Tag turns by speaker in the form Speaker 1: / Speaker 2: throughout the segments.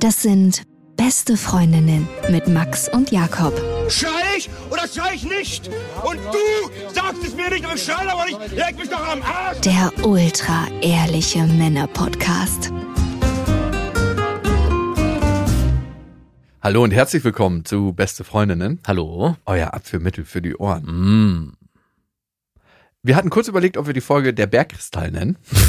Speaker 1: Das sind Beste Freundinnen mit Max und Jakob.
Speaker 2: Schrei ich oder schrei ich nicht? Und du sagst es mir nicht, aber ich schrei aber nicht. Leg mich doch am Arsch.
Speaker 1: Der ultra ehrliche Männer Podcast.
Speaker 3: Hallo und herzlich willkommen zu Beste Freundinnen,
Speaker 4: Hallo.
Speaker 3: euer Abführmittel für die Ohren.
Speaker 4: Mm.
Speaker 3: Wir hatten kurz überlegt, ob wir die Folge der Bergkristall nennen,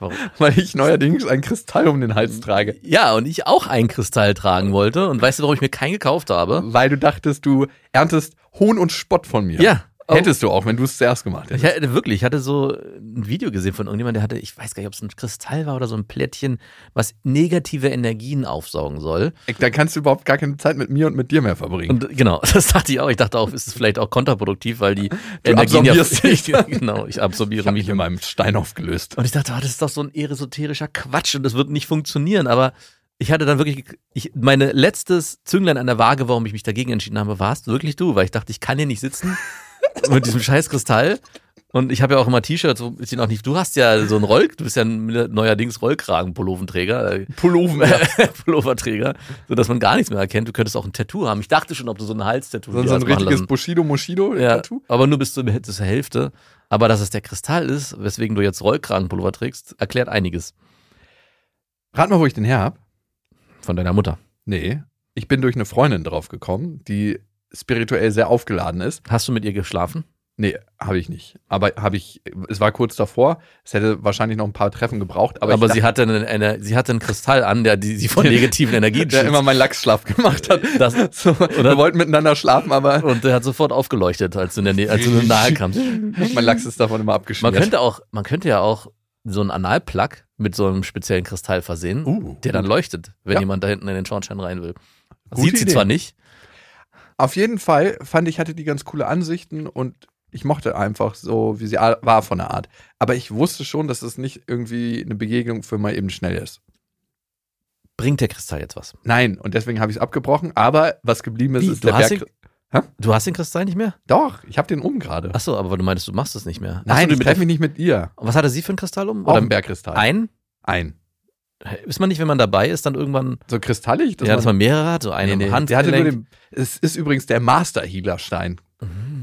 Speaker 4: Warum?
Speaker 3: weil ich neuerdings einen Kristall um den Hals trage.
Speaker 4: Ja, und ich auch einen Kristall tragen wollte. Und weißt du, warum ich mir keinen gekauft habe?
Speaker 3: Weil du dachtest, du erntest Hohn und Spott von mir.
Speaker 4: Oh.
Speaker 3: Hättest du auch, wenn du es zuerst gemacht
Speaker 4: Ich
Speaker 3: hättest.
Speaker 4: hatte wirklich, ich hatte so ein Video gesehen von irgendjemandem, der hatte, ich weiß gar nicht, ob es ein Kristall war oder so ein Plättchen, was negative Energien aufsaugen soll.
Speaker 3: Dann kannst du überhaupt gar keine Zeit mit mir und mit dir mehr verbringen.
Speaker 4: Und genau, das dachte ich auch. Ich dachte auch, ist es vielleicht auch kontraproduktiv, weil die Energien
Speaker 3: absorbierst dich
Speaker 4: ja. genau, ich absorbiere
Speaker 3: ich habe
Speaker 4: mich
Speaker 3: mich in meinem Stein aufgelöst.
Speaker 4: Und ich dachte, ah, das ist doch so ein esoterischer Quatsch und das wird nicht funktionieren. Aber ich hatte dann wirklich, ich, meine letztes Zünglein an der Waage, warum ich mich dagegen entschieden habe, warst wirklich du, weil ich dachte, ich kann hier nicht sitzen mit diesem scheiß Kristall. Und ich habe ja auch immer T-Shirts, wo ich den auch nicht. Du hast ja so einen Roll, du bist ja ein neuerdings Rollkragen-Pulloventräger, äh,
Speaker 3: Pullover.
Speaker 4: Pulloverträger, sodass man gar nichts mehr erkennt. Du könntest auch ein Tattoo haben. Ich dachte schon, ob du so ein Hals-Tattoo
Speaker 3: So,
Speaker 4: dir
Speaker 3: so ein
Speaker 4: hast machen
Speaker 3: richtiges
Speaker 4: lassen. Ja,
Speaker 3: Bushido-Moshido-Tattoo.
Speaker 4: aber nur bis zur, bis zur Hälfte. Aber dass es der Kristall ist, weswegen du jetzt Rollkragenpullover trägst, erklärt einiges
Speaker 3: Rat mal, wo ich den her habe.
Speaker 4: von deiner Mutter.
Speaker 3: Nee, ich bin durch eine Freundin drauf gekommen, die spirituell sehr aufgeladen ist.
Speaker 4: Hast du mit ihr geschlafen?
Speaker 3: Nee, habe ich nicht. Aber habe ich, es war kurz davor. Es hätte wahrscheinlich noch ein paar Treffen gebraucht, aber,
Speaker 4: Aber,
Speaker 3: ich
Speaker 4: sie, hatte eine, eine, sie hatte einen Kristall an, der die, sie von negativen Energien
Speaker 3: der
Speaker 4: schützt.
Speaker 3: immer meinen Lachsschlaf gemacht hat.
Speaker 4: Das-
Speaker 3: so, wir wollten miteinander schlafen, aber
Speaker 4: und der hat sofort aufgeleuchtet, als du, in der Nähe, als du nahe kamst.
Speaker 3: mein Lachs ist davon immer
Speaker 4: Man
Speaker 3: abgeschmiert.
Speaker 4: könnte, auch, man könnte ja auch so einen Analplug mit so einem speziellen Kristall versehen,
Speaker 3: Uh.
Speaker 4: der dann leuchtet, wenn
Speaker 3: Ja.
Speaker 4: jemand da hinten in den Schornstein rein will.
Speaker 3: Gute
Speaker 4: Sieht sie
Speaker 3: Idee.
Speaker 4: zwar nicht,
Speaker 3: Auf jeden Fall fand ich, hatte die ganz coole Ansichten und ich mochte einfach so, wie sie a- war von der Art. Aber ich wusste schon, dass es nicht irgendwie eine Begegnung für mal eben schnell ist.
Speaker 4: bringt der Kristall jetzt was.
Speaker 3: Nein, und deswegen habe ich es abgebrochen. Aber was geblieben ist,
Speaker 4: Wie,
Speaker 3: ist
Speaker 4: du
Speaker 3: der
Speaker 4: hast
Speaker 3: Berg.
Speaker 4: ihn- Du hast den Kristall nicht mehr?
Speaker 3: Doch, ich habe den um gerade.
Speaker 4: Achso, aber du meinst, du machst es nicht mehr.
Speaker 3: Nein,
Speaker 4: Achso,
Speaker 3: ich
Speaker 4: du
Speaker 3: treffe mich nicht mit ihr.
Speaker 4: Was hatte sie für einen Kristall um?
Speaker 3: Oder
Speaker 4: Oder
Speaker 3: einen Bergkristall.
Speaker 4: ein?
Speaker 3: Ein.
Speaker 4: Ist man nicht, wenn man dabei ist, dann irgendwann,
Speaker 3: So kristallig?
Speaker 4: ja, dass man mehrere hat, so einen
Speaker 3: nee,
Speaker 4: nee,
Speaker 3: nee,
Speaker 4: Hand.
Speaker 3: der hatte nur den, Es ist übrigens der Master Healer Stein.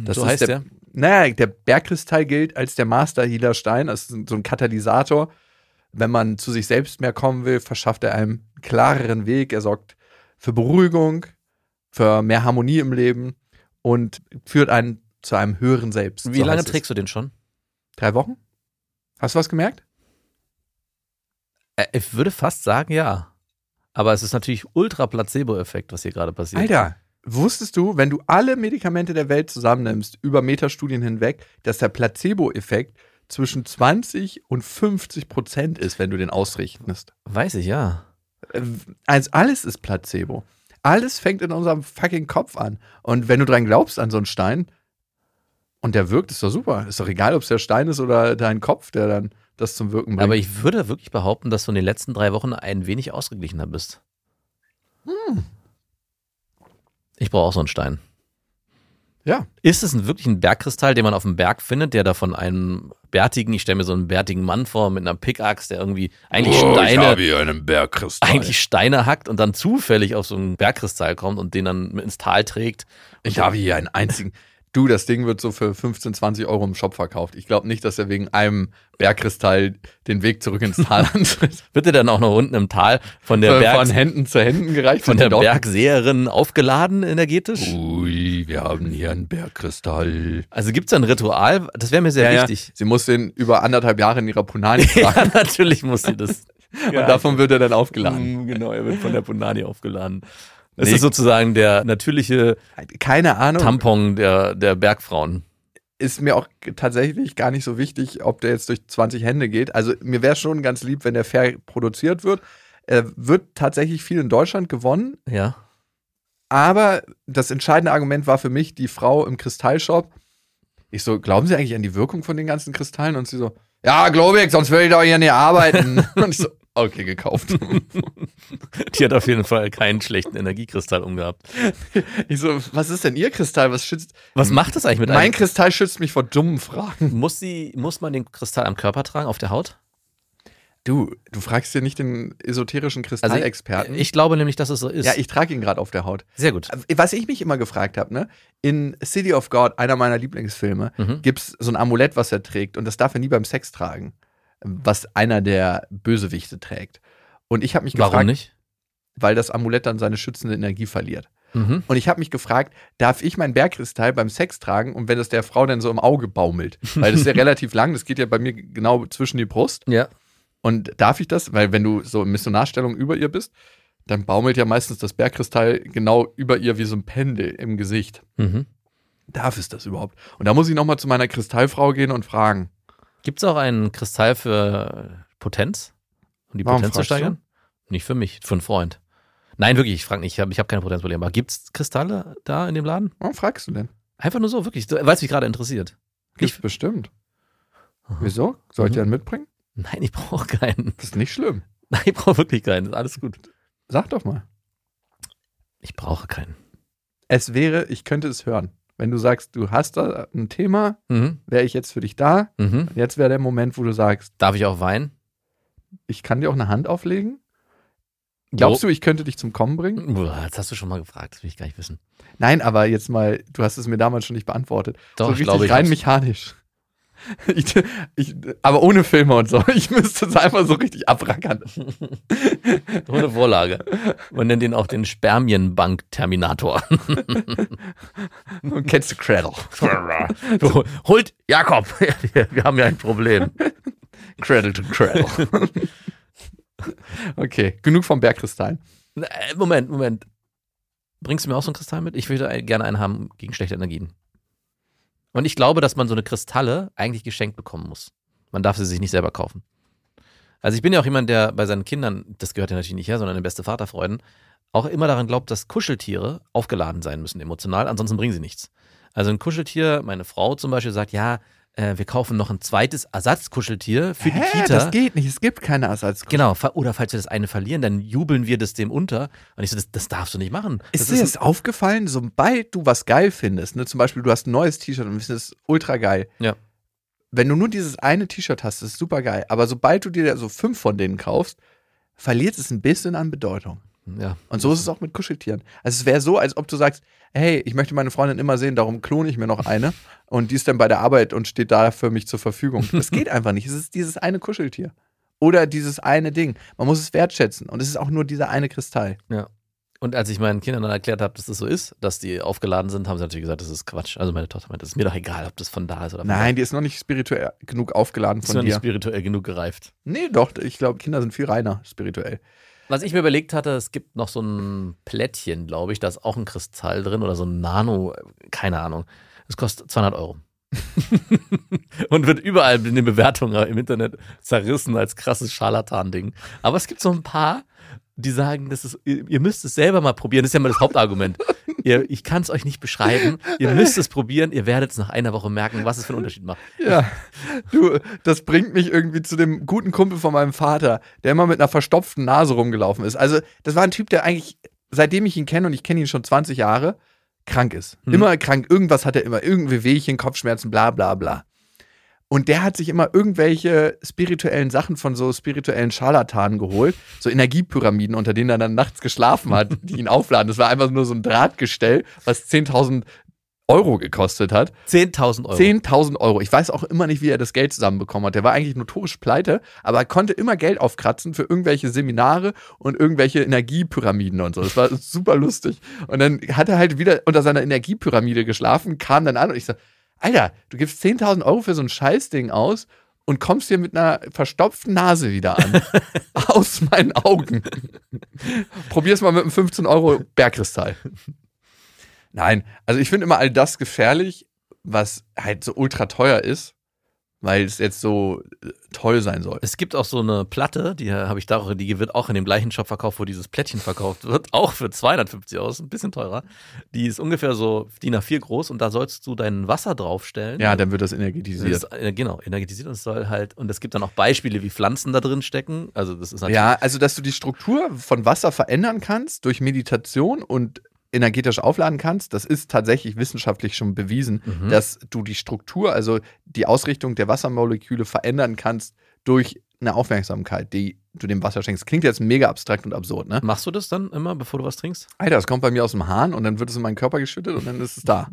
Speaker 4: das so heißt der.
Speaker 3: Naja, der Bergkristall gilt als der Master Healer Stein. Das ist so ein Katalysator. Wenn man zu sich selbst mehr kommen will, verschafft er einem einen klareren Weg. Er sorgt für Beruhigung, für mehr Harmonie im Leben und führt einen zu einem höheren Selbst.
Speaker 4: Wie
Speaker 3: So
Speaker 4: lange
Speaker 3: heißt es.
Speaker 4: trägst du den schon?
Speaker 3: Drei Wochen? Hast du was gemerkt?
Speaker 4: Äh, Ich würde fast sagen, ja. Aber es ist natürlich ultra Placebo-Effekt, was hier gerade passiert.
Speaker 3: Alter, wusstest du, wenn du alle Medikamente der Welt zusammennimmst, über Metastudien hinweg, dass der Placebo-Effekt zwischen 20 und 50 Prozent ist, wenn du den ausrechnest?
Speaker 4: Weiß ich, ja.
Speaker 3: Äh, Also alles ist Placebo. Alles fängt in unserem fucking Kopf an. Und wenn du dran glaubst an so einen Stein und der wirkt, ist doch super. Ist doch egal, ob es der Stein ist oder dein Kopf, der dann das zum Wirken bringt.
Speaker 4: Aber ich würde wirklich behaupten, dass du in den letzten drei Wochen ein wenig ausgeglichener bist.
Speaker 3: Hm.
Speaker 4: Ich brauche auch so einen Stein.
Speaker 3: ja,
Speaker 4: Ist es ein, wirklich ein Bergkristall, den man auf dem Berg findet, der da von einem bärtigen, ich stelle mir so einen bärtigen Mann vor mit einer Pickaxe, der irgendwie eigentlich
Speaker 3: Oh,
Speaker 4: Steine,
Speaker 3: hier einen Bergkristall.
Speaker 4: eigentlich Steine hackt und dann zufällig auf so einen Bergkristall kommt und den dann ins Tal trägt?
Speaker 3: Ich habe hier einen einzigen. Du, das Ding wird so für 15, 20 Euro im Shop verkauft. Ich glaube nicht, dass er wegen einem Bergkristall den Weg zurück ins Tal antritt.
Speaker 4: Wird der dann auch noch unten im Tal von der,
Speaker 3: Äh,
Speaker 4: Berg,
Speaker 3: von Händen zu Händen gereicht.
Speaker 4: von
Speaker 3: wird
Speaker 4: der
Speaker 3: doch-
Speaker 4: Bergseherin aufgeladen energetisch?
Speaker 3: Uh. Ui, wir haben hier einen Bergkristall.
Speaker 4: Also gibt es ein Ritual? Das wäre mir sehr
Speaker 3: Ja, ja.
Speaker 4: wichtig.
Speaker 3: Sie muss den über anderthalb Jahre in ihrer Punani tragen.
Speaker 4: Ja, natürlich muss sie das.
Speaker 3: Und davon wird er dann aufgeladen.
Speaker 4: Mm, Genau, er wird von der Punani aufgeladen. Das
Speaker 3: Nee.
Speaker 4: ist sozusagen der natürliche
Speaker 3: Keine Ahnung.
Speaker 4: Tampon der, der Bergfrauen.
Speaker 3: ist mir auch tatsächlich gar nicht so wichtig, ob der jetzt durch 20 Hände geht. Also mir wäre schon ganz lieb, wenn der fair produziert wird. Er wird tatsächlich viel in Deutschland gewonnen.
Speaker 4: Ja.
Speaker 3: Aber das entscheidende Argument war für mich die Frau im Kristallshop. Ich so, glauben Sie eigentlich an die Wirkung von den ganzen Kristallen? Und sie so, ja, glaube ich, sonst würde ich doch hier nicht arbeiten. Und ich so, Okay, gekauft.
Speaker 4: Die hat auf jeden Fall keinen schlechten Energiekristall umgehabt.
Speaker 3: ich so, was ist denn Ihr Kristall? Was schützt?
Speaker 4: Was macht das eigentlich mit
Speaker 3: Hm. mein Kristall schützt mich vor dummen Fragen.
Speaker 4: einem? Muss, sie, muss man den Kristall am Körper tragen, auf der Haut?
Speaker 3: Du, du fragst hier nicht den esoterischen Kristallexperten.
Speaker 4: Also, Ich glaube nämlich, dass es so ist.
Speaker 3: ja, ich trage ihn gerade auf der Haut.
Speaker 4: Sehr gut.
Speaker 3: Was ich mich immer gefragt habe, ne? In City of God, einer meiner Lieblingsfilme,
Speaker 4: Mhm.
Speaker 3: gibt's so ein Amulett, was er trägt und das darf er nie beim Sex tragen, was einer der Bösewichte trägt. Und ich habe mich
Speaker 4: Warum
Speaker 3: gefragt,
Speaker 4: nicht?
Speaker 3: weil das Amulett dann seine schützende Energie verliert.
Speaker 4: Mhm.
Speaker 3: Und ich habe mich gefragt, darf ich mein Bergkristall beim Sex tragen und wenn es der Frau dann so im Auge baumelt? Weil das ist ja relativ lang, das geht ja bei mir genau zwischen die Brust.
Speaker 4: Ja.
Speaker 3: Und darf ich das? Weil wenn du so in Missionarstellung über ihr bist, dann baumelt ja meistens das Bergkristall genau über ihr wie so ein Pendel im Gesicht.
Speaker 4: Mhm.
Speaker 3: Darf es das überhaupt? Und da muss ich nochmal zu meiner Kristallfrau gehen und fragen.
Speaker 4: Gibt es auch einen Kristall für Potenz? Um die
Speaker 3: Warum
Speaker 4: Potenz zu
Speaker 3: fragst du?
Speaker 4: steigern? Nicht für mich, für einen Freund. Nein, wirklich, ich frage nicht, ich habe ich hab kein Potenzproblem. Aber gibt es Kristalle da in dem Laden?
Speaker 3: Warum fragst du denn?
Speaker 4: Einfach nur so, wirklich, so, weil es mich gerade interessiert.
Speaker 3: Gibt's
Speaker 4: Ich-
Speaker 3: bestimmt.
Speaker 4: Aha.
Speaker 3: Wieso? Soll ich
Speaker 4: Mhm.
Speaker 3: dir einen mitbringen?
Speaker 4: Nein, ich brauche keinen.
Speaker 3: Das ist nicht schlimm.
Speaker 4: Nein, ich brauche wirklich keinen. Ist alles gut.
Speaker 3: Sag doch mal.
Speaker 4: Ich brauche keinen.
Speaker 3: Es wäre, ich könnte es hören. Wenn du sagst, du hast da ein Thema,
Speaker 4: Mhm.
Speaker 3: wäre ich jetzt für dich da.
Speaker 4: Mhm.
Speaker 3: Und jetzt wäre der Moment, wo du sagst,
Speaker 4: Darf ich auch weinen?
Speaker 3: ich kann dir auch eine Hand auflegen. Glaubst du, ich könnte dich zum Kommen bringen?
Speaker 4: Boah, das hast du schon mal gefragt, das will ich gar nicht wissen.
Speaker 3: Nein, aber jetzt mal, du hast es mir damals schon nicht beantwortet.
Speaker 4: Doch,
Speaker 3: so
Speaker 4: ich
Speaker 3: richtig
Speaker 4: glaube, ich
Speaker 3: rein
Speaker 4: hab's.
Speaker 3: mechanisch. Ich, ich, aber ohne Filme und so. Ich müsste es einfach so richtig abrackern.
Speaker 4: Ohne Vorlage. Man nennt ihn auch den Spermienbank-Terminator.
Speaker 3: Und kennst du Cradle?
Speaker 4: Du, Holt, Jakob, wir, wir haben ja ein Problem.
Speaker 3: Cradle to Cradle. okay, genug vom Bergkristall.
Speaker 4: Na, äh, Moment, Moment. Bringst du mir auch so einen Kristall mit? Ich würde ein- gerne einen haben gegen schlechte Energien. Und ich glaube, dass man so eine Kristalle eigentlich geschenkt bekommen muss. Man darf sie sich nicht selber kaufen. Also ich bin ja auch jemand, der bei seinen Kindern, das gehört ja natürlich nicht her, sondern in beste Vaterfreuden, auch immer daran glaubt, dass Kuscheltiere aufgeladen sein müssen emotional, ansonsten bringen sie nichts. Also ein Kuscheltier, meine Frau zum Beispiel sagt, ja, äh, wir kaufen noch ein zweites Ersatzkuscheltier für die Kita.
Speaker 3: Das geht nicht, es gibt keine Ersatzkuscheltiere.
Speaker 4: Genau, fa- oder falls wir das eine verlieren, dann jubeln wir das dem unter. Und ich so, das, das darfst du nicht machen.
Speaker 3: Ist
Speaker 4: das
Speaker 3: dir das aufgefallen, sobald du was geil findest, ne, zum Beispiel du hast ein neues T-Shirt und findest es ultra geil.
Speaker 4: Ja.
Speaker 3: Wenn du nur dieses eine T-Shirt hast, ist super geil. Aber sobald du dir so fünf von denen kaufst, verliert es ein bisschen an Bedeutung.
Speaker 4: ja.
Speaker 3: Und so ist es auch mit Kuscheltieren. Also es wäre so, als ob du sagst, hey, ich möchte meine Freundin immer sehen, darum klone ich mir noch eine und die ist dann bei der Arbeit und steht da für mich zur Verfügung. Das geht einfach nicht. Es ist dieses eine Kuscheltier. Oder dieses eine Ding. Man muss es wertschätzen. Und es ist auch nur dieser eine Kristall.
Speaker 4: Und als ich meinen Kindern dann erklärt habe, dass das so ist, dass die aufgeladen sind, haben sie natürlich gesagt, das ist Quatsch. Also meine Tochter meint, es ist mir doch egal, ob das von da ist oder von da.
Speaker 3: Nein, die ist noch nicht spirituell genug aufgeladen
Speaker 4: ist noch
Speaker 3: von
Speaker 4: nicht
Speaker 3: dir.
Speaker 4: spirituell genug gereift.
Speaker 3: Nee, doch, ich glaube, Kinder sind viel reiner spirituell.
Speaker 4: Was ich mir überlegt hatte, es gibt noch so ein Plättchen, glaube ich, da ist auch ein Kristall drin oder so ein Nano, keine Ahnung. Das kostet 200 Euro. Und wird überall in den Bewertungen im Internet zerrissen als krasses Scharlatan-Ding. Aber es gibt so ein paar, die sagen, das ist, ihr ihr müsst es selber mal probieren. Das ist ja mal das Hauptargument. Ihr, ich kann es euch nicht beschreiben. Ihr müsst es probieren. Ihr werdet es nach einer Woche merken, was es für einen Unterschied macht.
Speaker 3: Ja, du, das bringt mich irgendwie zu dem guten Kumpel von meinem Vater, der immer mit einer verstopften Nase rumgelaufen ist. Also, das war ein Typ, der eigentlich, seitdem ich ihn kenne, und ich kenne ihn schon 20 Jahre, krank ist.
Speaker 4: Mhm.
Speaker 3: Immer krank, irgendwas hat er immer, irgendwie Wehchen, Kopfschmerzen, bla bla bla. Und der hat sich immer irgendwelche spirituellen Sachen von so spirituellen Scharlatanen geholt, so Energiepyramiden, unter denen er dann nachts geschlafen hat, die ihn aufladen. Das war einfach nur so ein Drahtgestell, was 10.000 Euro gekostet hat.
Speaker 4: 10.000 Euro.
Speaker 3: 10.000 Euro. Ich weiß auch immer nicht, wie er das Geld zusammenbekommen hat. Der war eigentlich notorisch pleite, aber er konnte immer Geld aufkratzen für irgendwelche Seminare und irgendwelche Energiepyramiden und so. Das war super lustig. Und dann hat er halt wieder unter seiner Energiepyramide geschlafen, kam dann an und ich so, Alter, du gibst 10.000 Euro für so ein Scheißding aus und kommst hier mit einer verstopften Nase wieder an. Aus meinen Augen. Probier's mal mit einem 15 Euro Bergkristall. Nein, also ich finde immer all das gefährlich, was halt so ultra teuer ist, weil es jetzt so äh, toll sein soll.
Speaker 4: Es gibt auch so eine Platte, die habe ich darüber, die wird auch in dem gleichen Shop verkauft, wo dieses Plättchen verkauft wird, auch für 250 Euro, ist ein bisschen teurer. Die ist ungefähr so DIN A4 groß und da sollst du dein Wasser draufstellen.
Speaker 3: Ja, dann wird das
Speaker 4: Das
Speaker 3: energetisiert.
Speaker 4: ist, äh, genau, energetisiert und es soll halt, und es gibt dann auch Beispiele, wie Pflanzen da drin stecken. Also das ist natürlich
Speaker 3: Ja, also dass du die Struktur von Wasser verändern kannst durch Meditation und energetisch aufladen kannst, das ist tatsächlich wissenschaftlich schon bewiesen,
Speaker 4: Mhm.
Speaker 3: dass du die Struktur, also die Ausrichtung der Wassermoleküle verändern kannst durch eine Aufmerksamkeit, die du dem Wasser schenkst. Klingt jetzt mega abstrakt und absurd, ne?
Speaker 4: Machst du das dann immer, bevor du was trinkst?
Speaker 3: Alter, das kommt bei mir aus dem Hahn und dann wird es in meinen Körper geschüttet und dann ist es da.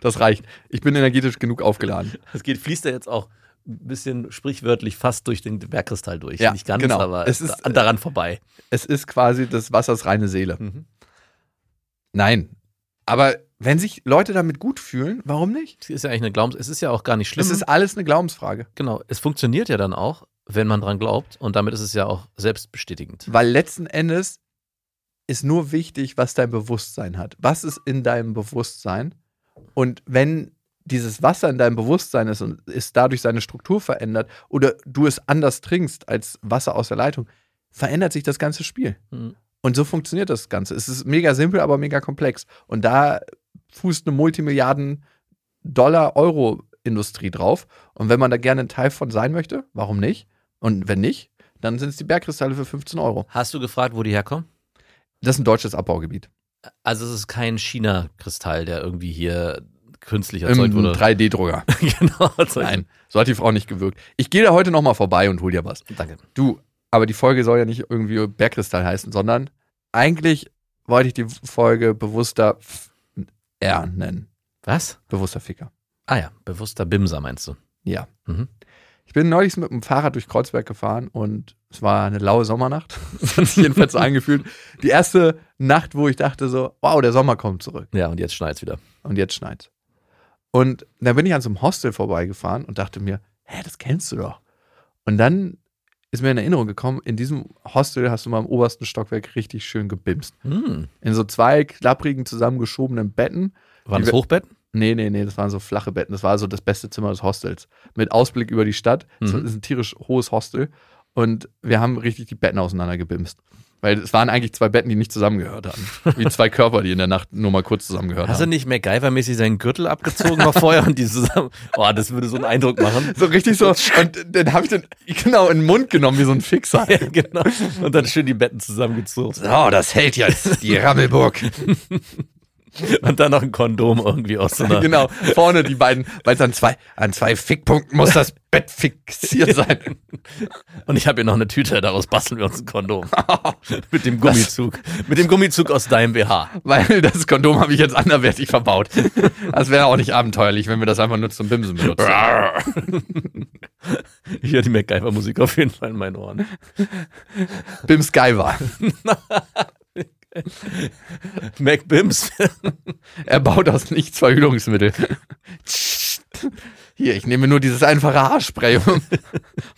Speaker 3: das reicht. Ich bin energetisch genug aufgeladen.
Speaker 4: Es geht, fließt ja jetzt auch ein bisschen sprichwörtlich fast durch den Bergkristall durch.
Speaker 3: Ja,
Speaker 4: Nicht ganz,
Speaker 3: genau.
Speaker 4: aber
Speaker 3: Es
Speaker 4: es
Speaker 3: ist,
Speaker 4: ist daran vorbei. Mhm.
Speaker 3: Es ist quasi des Wassers reine Seele. Nein. Aber wenn sich Leute damit gut fühlen, warum nicht?
Speaker 4: Es ist ja eigentlich eine Glaubens... Es ist ja auch gar nicht schlimm.
Speaker 3: Es ist alles eine Glaubensfrage.
Speaker 4: genau, es funktioniert ja dann auch, wenn man dran glaubt. Und damit ist es ja auch selbstbestätigend.
Speaker 3: Weil letzten Endes ist nur wichtig, was dein Bewusstsein hat. Was ist in deinem Bewusstsein? Und wenn dieses Wasser in deinem Bewusstsein ist und ist dadurch seine Struktur verändert oder du es anders trinkst als Wasser aus der Leitung, verändert sich das ganze Spiel.
Speaker 4: Mhm.
Speaker 3: Und so funktioniert das Ganze. Es ist mega simpel, aber mega komplex. Und da fußt eine Multimilliarden-Dollar-Euro-Industrie drauf. Und wenn man da gerne ein Teil von sein möchte, warum nicht? Und wenn nicht, dann sind es die Bergkristalle für 15 Euro.
Speaker 4: Hast du gefragt, wo die herkommen?
Speaker 3: Das ist ein deutsches Abbaugebiet.
Speaker 4: Also es ist kein China-Kristall, der irgendwie hier künstlich
Speaker 3: Im
Speaker 4: erzeugt wurde.
Speaker 3: 3D-Drucker.
Speaker 4: genau. erzeugt.
Speaker 3: Nein, so hat die Frau nicht gewirkt. Ich gehe da heute nochmal vorbei und hol dir was.
Speaker 4: Danke.
Speaker 3: Du, aber die Folge soll ja nicht irgendwie Bergkristall heißen, sondern eigentlich wollte ich die Folge bewusster F- R nennen.
Speaker 4: Was?
Speaker 3: Bewusster Ficker.
Speaker 4: Ah ja, bewusster Bimser meinst du.
Speaker 3: Ja.
Speaker 4: Mhm.
Speaker 3: Ich bin neulich mit dem Fahrrad durch Kreuzberg gefahren und es war eine laue Sommernacht. Das hat sich jedenfalls so angefühlt. Die erste Nacht, wo ich dachte so, wow, der Sommer kommt zurück.
Speaker 4: Ja, und jetzt schneit's wieder.
Speaker 3: Und jetzt schneit. Und dann bin ich an so einem Hostel vorbeigefahren und dachte mir, hä, das kennst du doch. Und dann ist mir in Erinnerung gekommen, in diesem Hostel hast du mal im obersten Stockwerk richtig schön gebimst.
Speaker 4: Hm.
Speaker 3: In so zwei klapprigen, zusammengeschobenen Betten
Speaker 4: War
Speaker 3: Die
Speaker 4: das
Speaker 3: wir-
Speaker 4: Hochbett?
Speaker 3: Nee, nee, nee, das waren so flache Betten. Das war so das beste Zimmer des Hostels. Mit Ausblick über die Stadt. Das
Speaker 4: Mhm.
Speaker 3: ist ein tierisch hohes Hostel. Und wir haben richtig die Betten auseinandergebimst. Weil es waren eigentlich zwei Betten, die nicht zusammengehört haben. Wie zwei Körper, die in der Nacht nur mal kurz zusammengehört
Speaker 4: Hast du
Speaker 3: haben.
Speaker 4: nicht MacGyver-mäßig seinen Gürtel abgezogen noch vorher und die zusammen. Oh, das würde so einen Eindruck machen.
Speaker 3: So richtig so. Und dann habe ich den genau in den Mund genommen, wie so ein Fixer.
Speaker 4: Ja, genau. Und dann schön die Betten zusammengezogen.
Speaker 3: So, das hält jetzt. Die Rammelburg.
Speaker 4: Und dann noch ein Kondom irgendwie aus so einer.
Speaker 3: genau. Vorne die beiden. Weil es an zwei, an zwei Fickpunkten muss das Bett fixiert sein.
Speaker 4: Und ich habe hier noch eine Tüte, daraus basteln wir uns ein Kondom. Mit dem Gummizug. Mit dem Gummizug aus deinem BH.
Speaker 3: weil das Kondom habe ich jetzt anderwertig verbaut. Das wäre auch nicht abenteuerlich, wenn wir das einfach nur zum Bimsen benutzen.
Speaker 4: Ich höre die MacGyver-Musik auf jeden Fall in meinen Ohren.
Speaker 3: Bims Guyver.
Speaker 4: MacBims.
Speaker 3: Er baut aus nichts Verhütungsmittel. Hier, ich nehme nur dieses einfache Haarspray, um,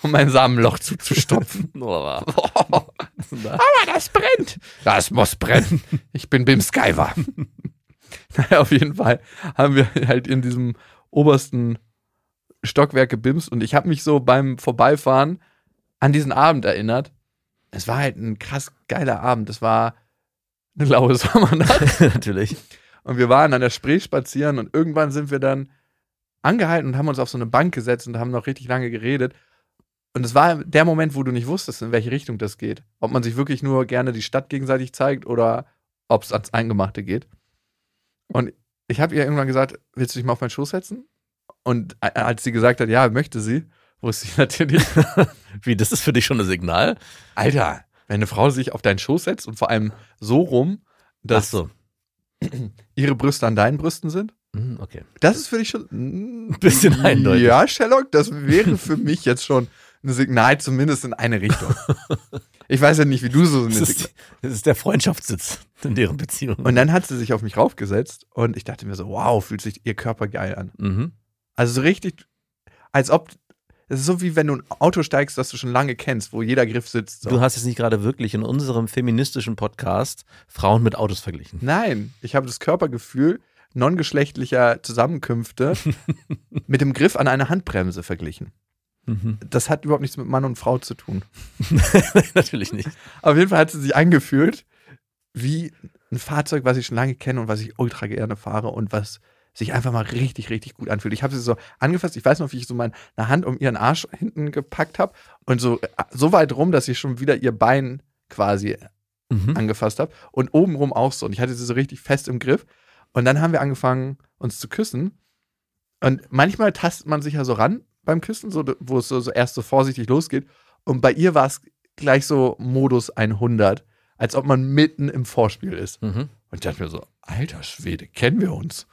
Speaker 3: um mein Samenloch zuzustopfen.
Speaker 4: Oh,
Speaker 3: Boah, das brennt. Das muss brennen. Ich bin Bims Guyver. Naja, auf jeden Fall haben wir halt in diesem obersten Stockwerk gebimst und ich habe mich so beim Vorbeifahren an diesen Abend erinnert. Es war halt ein krass geiler Abend. Es war eine laue Sommernacht.
Speaker 4: Natürlich.
Speaker 3: Und wir waren an der Spree spazieren und irgendwann sind wir dann angehalten und haben uns auf so eine Bank gesetzt und haben noch richtig lange geredet. Und es war der Moment, wo du nicht wusstest, in welche Richtung das geht. Ob man sich wirklich nur gerne die Stadt gegenseitig zeigt oder ob es ans Eingemachte geht. Und ich habe ihr irgendwann gesagt, willst du dich mal auf meinen Schoß setzen? Und a- als sie gesagt hat, ja, möchte sie, wusste ich natürlich,
Speaker 4: Wie, das ist für dich schon ein Signal?
Speaker 3: Alter, wenn eine Frau sich auf deinen Schoß setzt und vor allem so rum, dass
Speaker 4: Ach so.
Speaker 3: ihre Brüste an deinen Brüsten sind,
Speaker 4: Hm, Okay.
Speaker 3: Das ist für dich schon hm, ein
Speaker 4: bisschen eindeutig.
Speaker 3: Ja, Sherlock, das wäre für mich jetzt schon ein Signal, zumindest in eine Richtung. Ich weiß ja nicht, wie du so eine
Speaker 4: Das ist,
Speaker 3: Signal.
Speaker 4: das ist der Freundschaftssitz in deren Beziehung.
Speaker 3: Und dann hat sie sich auf mich raufgesetzt und ich dachte mir so, wow, fühlt sich ihr Körper geil an.
Speaker 4: mhm.
Speaker 3: Also so richtig, als ob, es ist so wie wenn du in ein Auto steigst, das du schon lange kennst, wo jeder Griff sitzt. So.
Speaker 4: Du hast jetzt nicht gerade wirklich in unserem feministischen Podcast Frauen mit Autos verglichen.
Speaker 3: Nein, ich habe das Körpergefühl nongeschlechtlicher Zusammenkünfte mit dem Griff an eine Handbremse verglichen.
Speaker 4: Mhm.
Speaker 3: Das hat überhaupt nichts mit Mann und Frau zu tun.
Speaker 4: Natürlich nicht.
Speaker 3: Auf jeden Fall hat sie sich angefühlt wie ein Fahrzeug, was ich schon lange kenne und was ich ultra gerne fahre und was sich einfach mal richtig, richtig gut anfühlt. Ich habe sie so angefasst. Ich weiß noch, wie ich so meine Hand um ihren Arsch hinten gepackt habe und so, äh, so weit rum, dass ich schon wieder ihr Bein quasi
Speaker 4: Mhm.
Speaker 3: angefasst habe. Und obenrum auch so. Und ich hatte sie so richtig fest im Griff. Und dann haben wir angefangen, uns zu küssen. Und manchmal tastet man sich ja so ran beim Küssen, so, wo es so, so erst so vorsichtig losgeht. Und bei ihr war es gleich so Modus 100, als ob man mitten im Vorspiel ist.
Speaker 4: Mhm.
Speaker 3: Und ich dachte mir so, alter Schwede, kennen wir uns?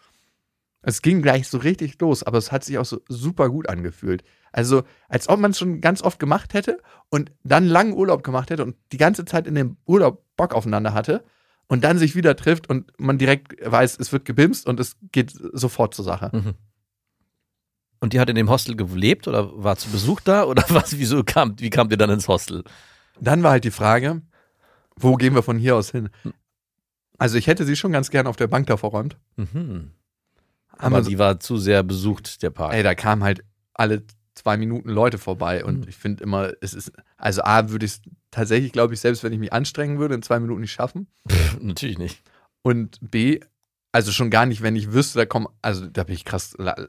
Speaker 3: Es ging gleich so richtig los, aber es hat sich auch so super gut angefühlt. Also, als ob man es schon ganz oft gemacht hätte und dann langen Urlaub gemacht hätte und die ganze Zeit in dem Urlaub Bock aufeinander hatte und dann sich wieder trifft und man direkt weiß, es wird gebimst und es geht sofort zur Sache.
Speaker 4: Mhm. Und die hat in dem Hostel gelebt oder war zu Besuch da oder was? Wieso kam, wie kamt ihr dann ins Hostel?
Speaker 3: Dann war halt die Frage, wo gehen wir von hier aus hin? Also, ich hätte sie schon ganz gern auf der Bank da verräumt.
Speaker 4: Mhm.
Speaker 3: Haben
Speaker 4: Aber
Speaker 3: wir so-
Speaker 4: die war zu sehr besucht, der Park.
Speaker 3: Ey, da kamen halt alle zwei Minuten Leute vorbei und
Speaker 4: Mhm.
Speaker 3: ich finde immer, es ist, also A, würde ich es tatsächlich, glaube ich, selbst wenn ich mich anstrengen würde, in zwei Minuten nicht schaffen
Speaker 4: Pff, Natürlich nicht.
Speaker 3: und B, also schon gar nicht, wenn ich wüsste, da kommen, also da bin ich krass la-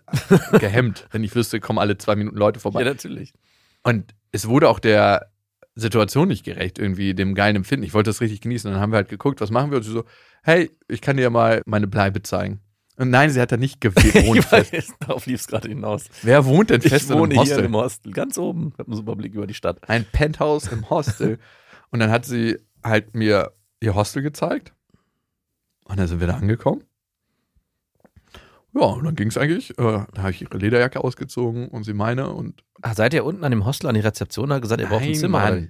Speaker 3: gehemmt, wenn ich wüsste, kommen alle zwei Minuten Leute vorbei.
Speaker 4: natürlich.
Speaker 3: Und es wurde auch der Situation nicht gerecht, irgendwie dem geilen Empfinden. Ich wollte das richtig genießen. Dann haben wir halt geguckt, was machen wir? Und sie so, hey, ich kann dir mal meine Bleibe zeigen. Und nein, sie hat da nicht gewohnt.
Speaker 4: Ich weiß,
Speaker 3: fest.
Speaker 4: darauf lief es gerade hinaus.
Speaker 3: Wer wohnt denn
Speaker 4: Ich
Speaker 3: fest in
Speaker 4: wohne
Speaker 3: einem
Speaker 4: hier
Speaker 3: Hostel?
Speaker 4: im Hostel, ganz oben. Ich habe einen super Blick über die Stadt.
Speaker 3: ein Penthouse im Hostel. und dann hat sie halt mir ihr Hostel gezeigt. Und dann sind wir da angekommen. Ja, und dann ging es eigentlich. Äh, da habe ich ihre Lederjacke ausgezogen und sie meine. Und
Speaker 4: Ach, Ah, seid ihr unten an dem Hostel, an die Rezeption, hat gesagt, ihr braucht ein
Speaker 3: Nein,
Speaker 4: Zimmer?
Speaker 3: Mann.
Speaker 4: oder?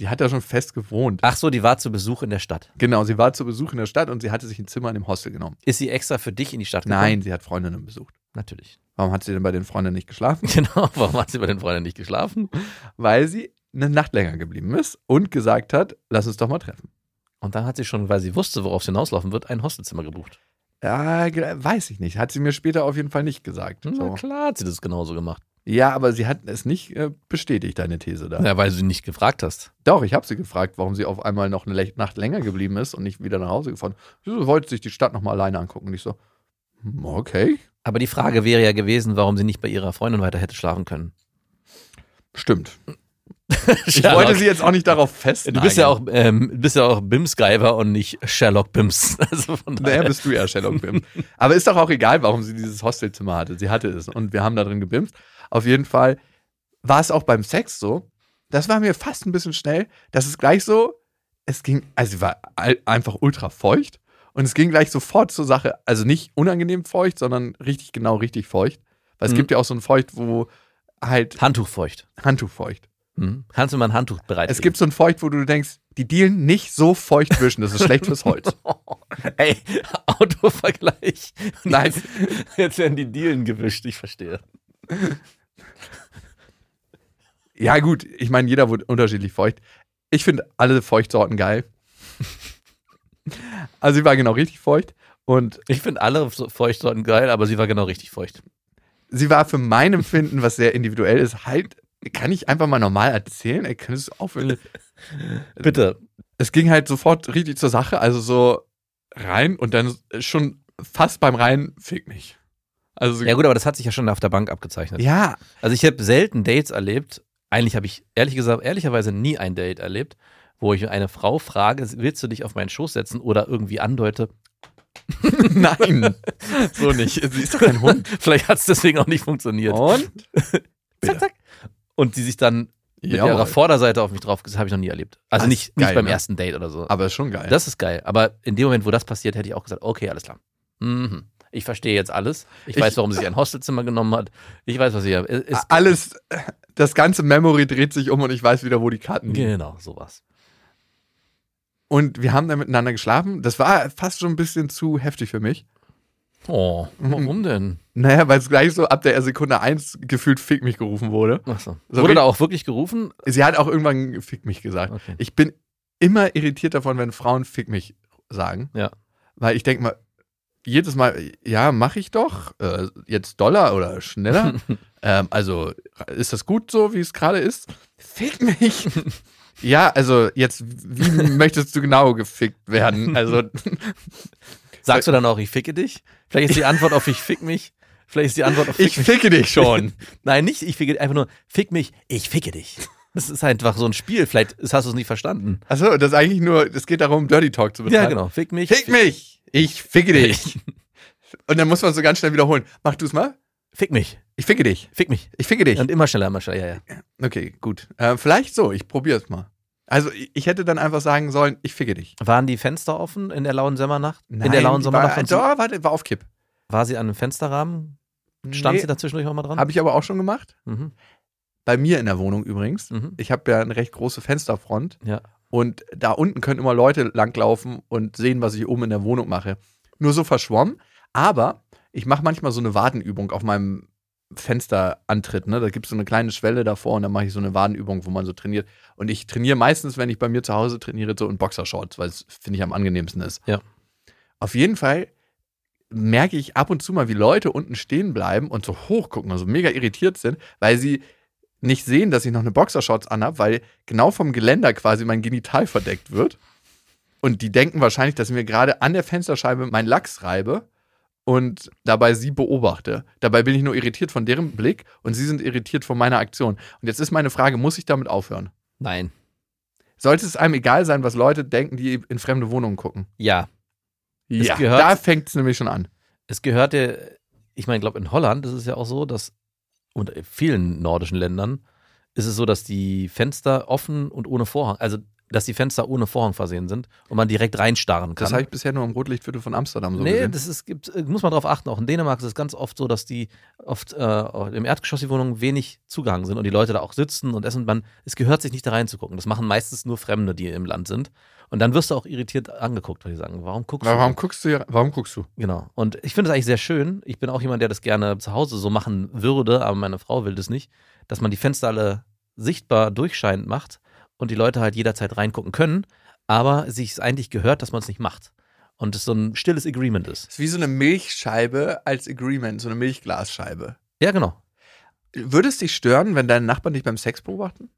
Speaker 3: Die hat da schon fest gewohnt.
Speaker 4: Ach so, die war zu Besuch in der Stadt.
Speaker 3: Genau, sie war zu Besuch in der Stadt und sie hatte sich ein Zimmer in dem Hostel genommen.
Speaker 4: Ist sie extra für dich in die Stadt gekommen?
Speaker 3: Nein, sie hat Freundinnen besucht.
Speaker 4: Natürlich.
Speaker 3: Warum hat sie denn bei den Freundinnen nicht geschlafen?
Speaker 4: Genau, warum hat sie bei den Freunden nicht geschlafen?
Speaker 3: Weil sie eine Nacht länger geblieben ist und gesagt hat, lass uns doch mal treffen.
Speaker 4: Und dann hat sie schon, weil sie wusste, worauf es hinauslaufen wird, ein Hostelzimmer gebucht.
Speaker 3: Ja, ge- weiß ich nicht. Hat sie mir später auf jeden Fall nicht gesagt.
Speaker 4: Na klar hat sie das genauso gemacht.
Speaker 3: Ja, aber sie hat es nicht äh, bestätigt, deine These da.
Speaker 4: Ja, weil du sie nicht gefragt hast.
Speaker 3: Doch, ich habe sie gefragt, warum sie auf einmal noch eine Le Nacht länger geblieben ist und nicht wieder nach Hause gefahren. Sie so, wollte sich die Stadt nochmal alleine angucken. Und ich so, hm, okay,
Speaker 4: Aber die Frage wäre ja gewesen, warum sie nicht bei ihrer Freundin weiter hätte schlafen können.
Speaker 3: stimmt. Ich wollte sie jetzt auch nicht darauf festnageln.
Speaker 4: Du bist ja auch, ähm, bist ja auch Bimsgeiber und nicht Sherlock Bims. Also von
Speaker 3: Naja,
Speaker 4: daher.
Speaker 3: bist du ja Sherlock Bim. Aber ist doch auch egal, warum sie dieses Hostelzimmer hatte. Sie hatte es und wir haben da drin gebimst. Auf jeden Fall war es auch beim Sex so. Das war mir fast ein bisschen schnell. Das ist gleich so, es ging, also sie war all- einfach ultra feucht und es ging gleich sofort zur Sache. Also nicht unangenehm feucht, sondern richtig genau richtig feucht. Weil es
Speaker 4: Mhm.
Speaker 3: gibt ja auch so ein Feucht, wo halt
Speaker 4: Handtuch feucht.
Speaker 3: Handtuch feucht.
Speaker 4: Hm? Kannst du mal ein Handtuch bereit
Speaker 3: Es gibt so ein Feucht, wo du denkst, die Dielen nicht so feucht wischen. Das ist schlecht fürs Holz.
Speaker 4: Ey, Autovergleich.
Speaker 3: Nein.
Speaker 4: Jetzt, jetzt werden die Dielen gewischt, ich verstehe.
Speaker 3: Ja, gut, ich meine, jeder wird unterschiedlich feucht. Ich finde alle Feuchtsorten geil. also sie war genau richtig feucht und
Speaker 4: Ich finde alle so Feuchtsorten geil, aber sie war genau richtig feucht.
Speaker 3: sie war für mein Empfinden, was sehr individuell ist, halt, kann ich einfach mal normal erzählen? Ey, könntest du aufhören?
Speaker 4: Bitte.
Speaker 3: Es ging halt sofort richtig zur Sache, also so rein und dann schon fast beim Rein fick mich. Also
Speaker 4: Ja gut, aber das hat sich ja schon auf der Bank abgezeichnet.
Speaker 3: ja,
Speaker 4: Also ich habe selten Dates erlebt. Eigentlich habe ich ehrlich gesagt, ehrlicherweise nie ein Date erlebt, wo ich eine Frau frage, willst du dich auf meinen Schoß setzen oder irgendwie andeute.
Speaker 3: nein, so nicht. Sie ist doch kein Hund. Oh.
Speaker 4: Vielleicht hat es deswegen auch nicht funktioniert.
Speaker 3: Und?
Speaker 4: zack, zack. Und die sich dann mit ihrer Vorderseite auf mich drauf, das habe ich noch nie erlebt. Also
Speaker 3: Das
Speaker 4: nicht,
Speaker 3: ist geil,
Speaker 4: nicht beim
Speaker 3: ne?
Speaker 4: ersten Date oder so.
Speaker 3: aber ist schon geil.
Speaker 4: Das ist geil. Aber in dem Moment, wo das passiert, hätte ich auch gesagt, okay, alles klar. Mhm. Ich verstehe jetzt alles. Ich,
Speaker 3: Ich- Ah,
Speaker 4: weiß, warum sie sich ein Hostelzimmer genommen hat. Ich weiß, was sie hier ist.
Speaker 3: alles, das ganze Memory dreht sich um und ich weiß wieder, wo die Karten liegen.
Speaker 4: Genau, sowas.
Speaker 3: Und wir haben dann miteinander geschlafen. Das war fast schon ein bisschen zu heftig für mich.
Speaker 4: Oh, warum denn?
Speaker 3: Naja, weil es gleich so ab der Sekunde eins gefühlt Fick mich gerufen wurde.
Speaker 4: Achso.
Speaker 3: So
Speaker 4: Wurde
Speaker 3: wie-
Speaker 4: da auch wirklich gerufen?
Speaker 3: Sie hat auch irgendwann Fick mich gesagt.
Speaker 4: Okay.
Speaker 3: Ich bin immer irritiert davon, wenn Frauen Fick mich sagen.
Speaker 4: Ja.
Speaker 3: Weil ich denke mal, jedes Mal, ja, mache ich doch, äh, jetzt Dollar oder schneller. ähm, also ist das gut so, wie es gerade ist? Fick mich. ja, also jetzt, wie möchtest du genau gefickt werden? Also
Speaker 4: Sagst du
Speaker 3: Äh,
Speaker 4: dann auch, ich ficke dich? Vielleicht ist die Antwort auf ich fick mich. Vielleicht ist die Antwort auf fick
Speaker 3: ich
Speaker 4: mich.
Speaker 3: ficke dich schon.
Speaker 4: Nein, nicht ich ficke, einfach nur fick mich, ich ficke dich. Das ist einfach so ein Spiel. Vielleicht hast du es nicht verstanden.
Speaker 3: Achso, das ist eigentlich nur, es geht darum, Dirty Talk zu betreiben.
Speaker 4: Ja, genau. Fick mich.
Speaker 3: Fick mich. Ich ficke dich. Und dann muss man so ganz schnell wiederholen. Mach du es mal.
Speaker 4: Fick mich.
Speaker 3: Ich ficke dich.
Speaker 4: Fick mich.
Speaker 3: Ich ficke dich.
Speaker 4: Und immer schneller, immer schneller. Ja, ja.
Speaker 3: Okay, gut. Äh, vielleicht so, ich probiere es mal. Also ich ich hätte dann einfach sagen sollen, ich ficke dich.
Speaker 4: Waren die Fenster offen in der lauen Sommernacht? in der lauen
Speaker 3: die
Speaker 4: Sommernacht?
Speaker 3: War,
Speaker 4: und sie-
Speaker 3: doch, warte, war auf Kipp.
Speaker 4: War sie an einem Fensterrahmen? Stand
Speaker 3: Nee,
Speaker 4: sie da zwischendurch auch mal dran?
Speaker 3: Habe ich aber auch schon gemacht.
Speaker 4: mhm.
Speaker 3: Bei mir in der Wohnung übrigens.
Speaker 4: Mhm.
Speaker 3: Ich habe ja eine recht große Fensterfront.
Speaker 4: Ja.
Speaker 3: Und da unten können immer Leute langlaufen und sehen, was ich oben in der Wohnung mache. Nur so verschwommen. Aber ich mache manchmal so eine Wadenübung auf meinem Fensterantritt. Ne? Da gibt es so eine kleine Schwelle davor und dann mache ich so eine Wadenübung, wo man so trainiert. Und ich trainiere meistens, wenn ich bei mir zu Hause trainiere, so in Boxershorts, weil es finde ich am angenehmsten ist.
Speaker 4: Ja.
Speaker 3: Auf jeden Fall merke ich ab und zu mal, wie Leute unten stehen bleiben und so hochgucken und so mega irritiert sind, weil sie nicht sehen, dass ich noch eine Boxershorts anhab, weil genau vom Geländer quasi mein Genital verdeckt wird. Und die denken wahrscheinlich, dass ich mir gerade an der Fensterscheibe meinen Lachs reibe und dabei sie beobachte. Dabei bin ich nur irritiert von deren Blick und sie sind irritiert von meiner Aktion. Und jetzt ist meine Frage, muss ich damit aufhören?
Speaker 4: Nein.
Speaker 3: Sollte es einem egal sein, was Leute denken, die in fremde Wohnungen gucken?
Speaker 4: Ja. Es
Speaker 3: Ja,
Speaker 4: gehört-
Speaker 3: da fängt es nämlich schon an.
Speaker 4: Es gehörte, ich meine, ich glaube, in Holland ist es ja auch so, dass, und in vielen nordischen Ländern, ist es so, dass die Fenster offen und ohne Vorhang, also dass die Fenster ohne Vorhang versehen sind und man direkt reinstarren kann.
Speaker 3: Das habe ich bisher nur im Rotlichtviertel von Amsterdam so
Speaker 4: nee,
Speaker 3: gesehen.
Speaker 4: das ist, gibt, äh, muss man drauf achten. Auch in Dänemark ist es ganz oft so, dass die oft äh, im Erdgeschoss die Wohnungen wenig Zugang sind und die Leute da auch sitzen und essen. Man, es gehört sich nicht da reinzugucken. Das machen meistens nur Fremde, die im Land sind. Und dann wirst du auch irritiert angeguckt, weil die sagen, warum guckst du?
Speaker 3: Warum guckst du hier, warum guckst du?
Speaker 4: Genau. Und ich finde es eigentlich sehr schön. Ich bin auch jemand, der das gerne zu Hause so machen würde, aber meine Frau will das nicht, dass man die Fenster alle sichtbar durchscheinend macht und die Leute halt jederzeit reingucken können, aber sich es eigentlich gehört, dass man es nicht macht. Und es so ein stilles Agreement ist.
Speaker 3: ist wie so eine Milchscheibe als Agreement, so eine Milchglasscheibe.
Speaker 4: Ja, genau.
Speaker 3: Würde es dich stören, wenn deine Nachbarn dich beim Sex beobachten?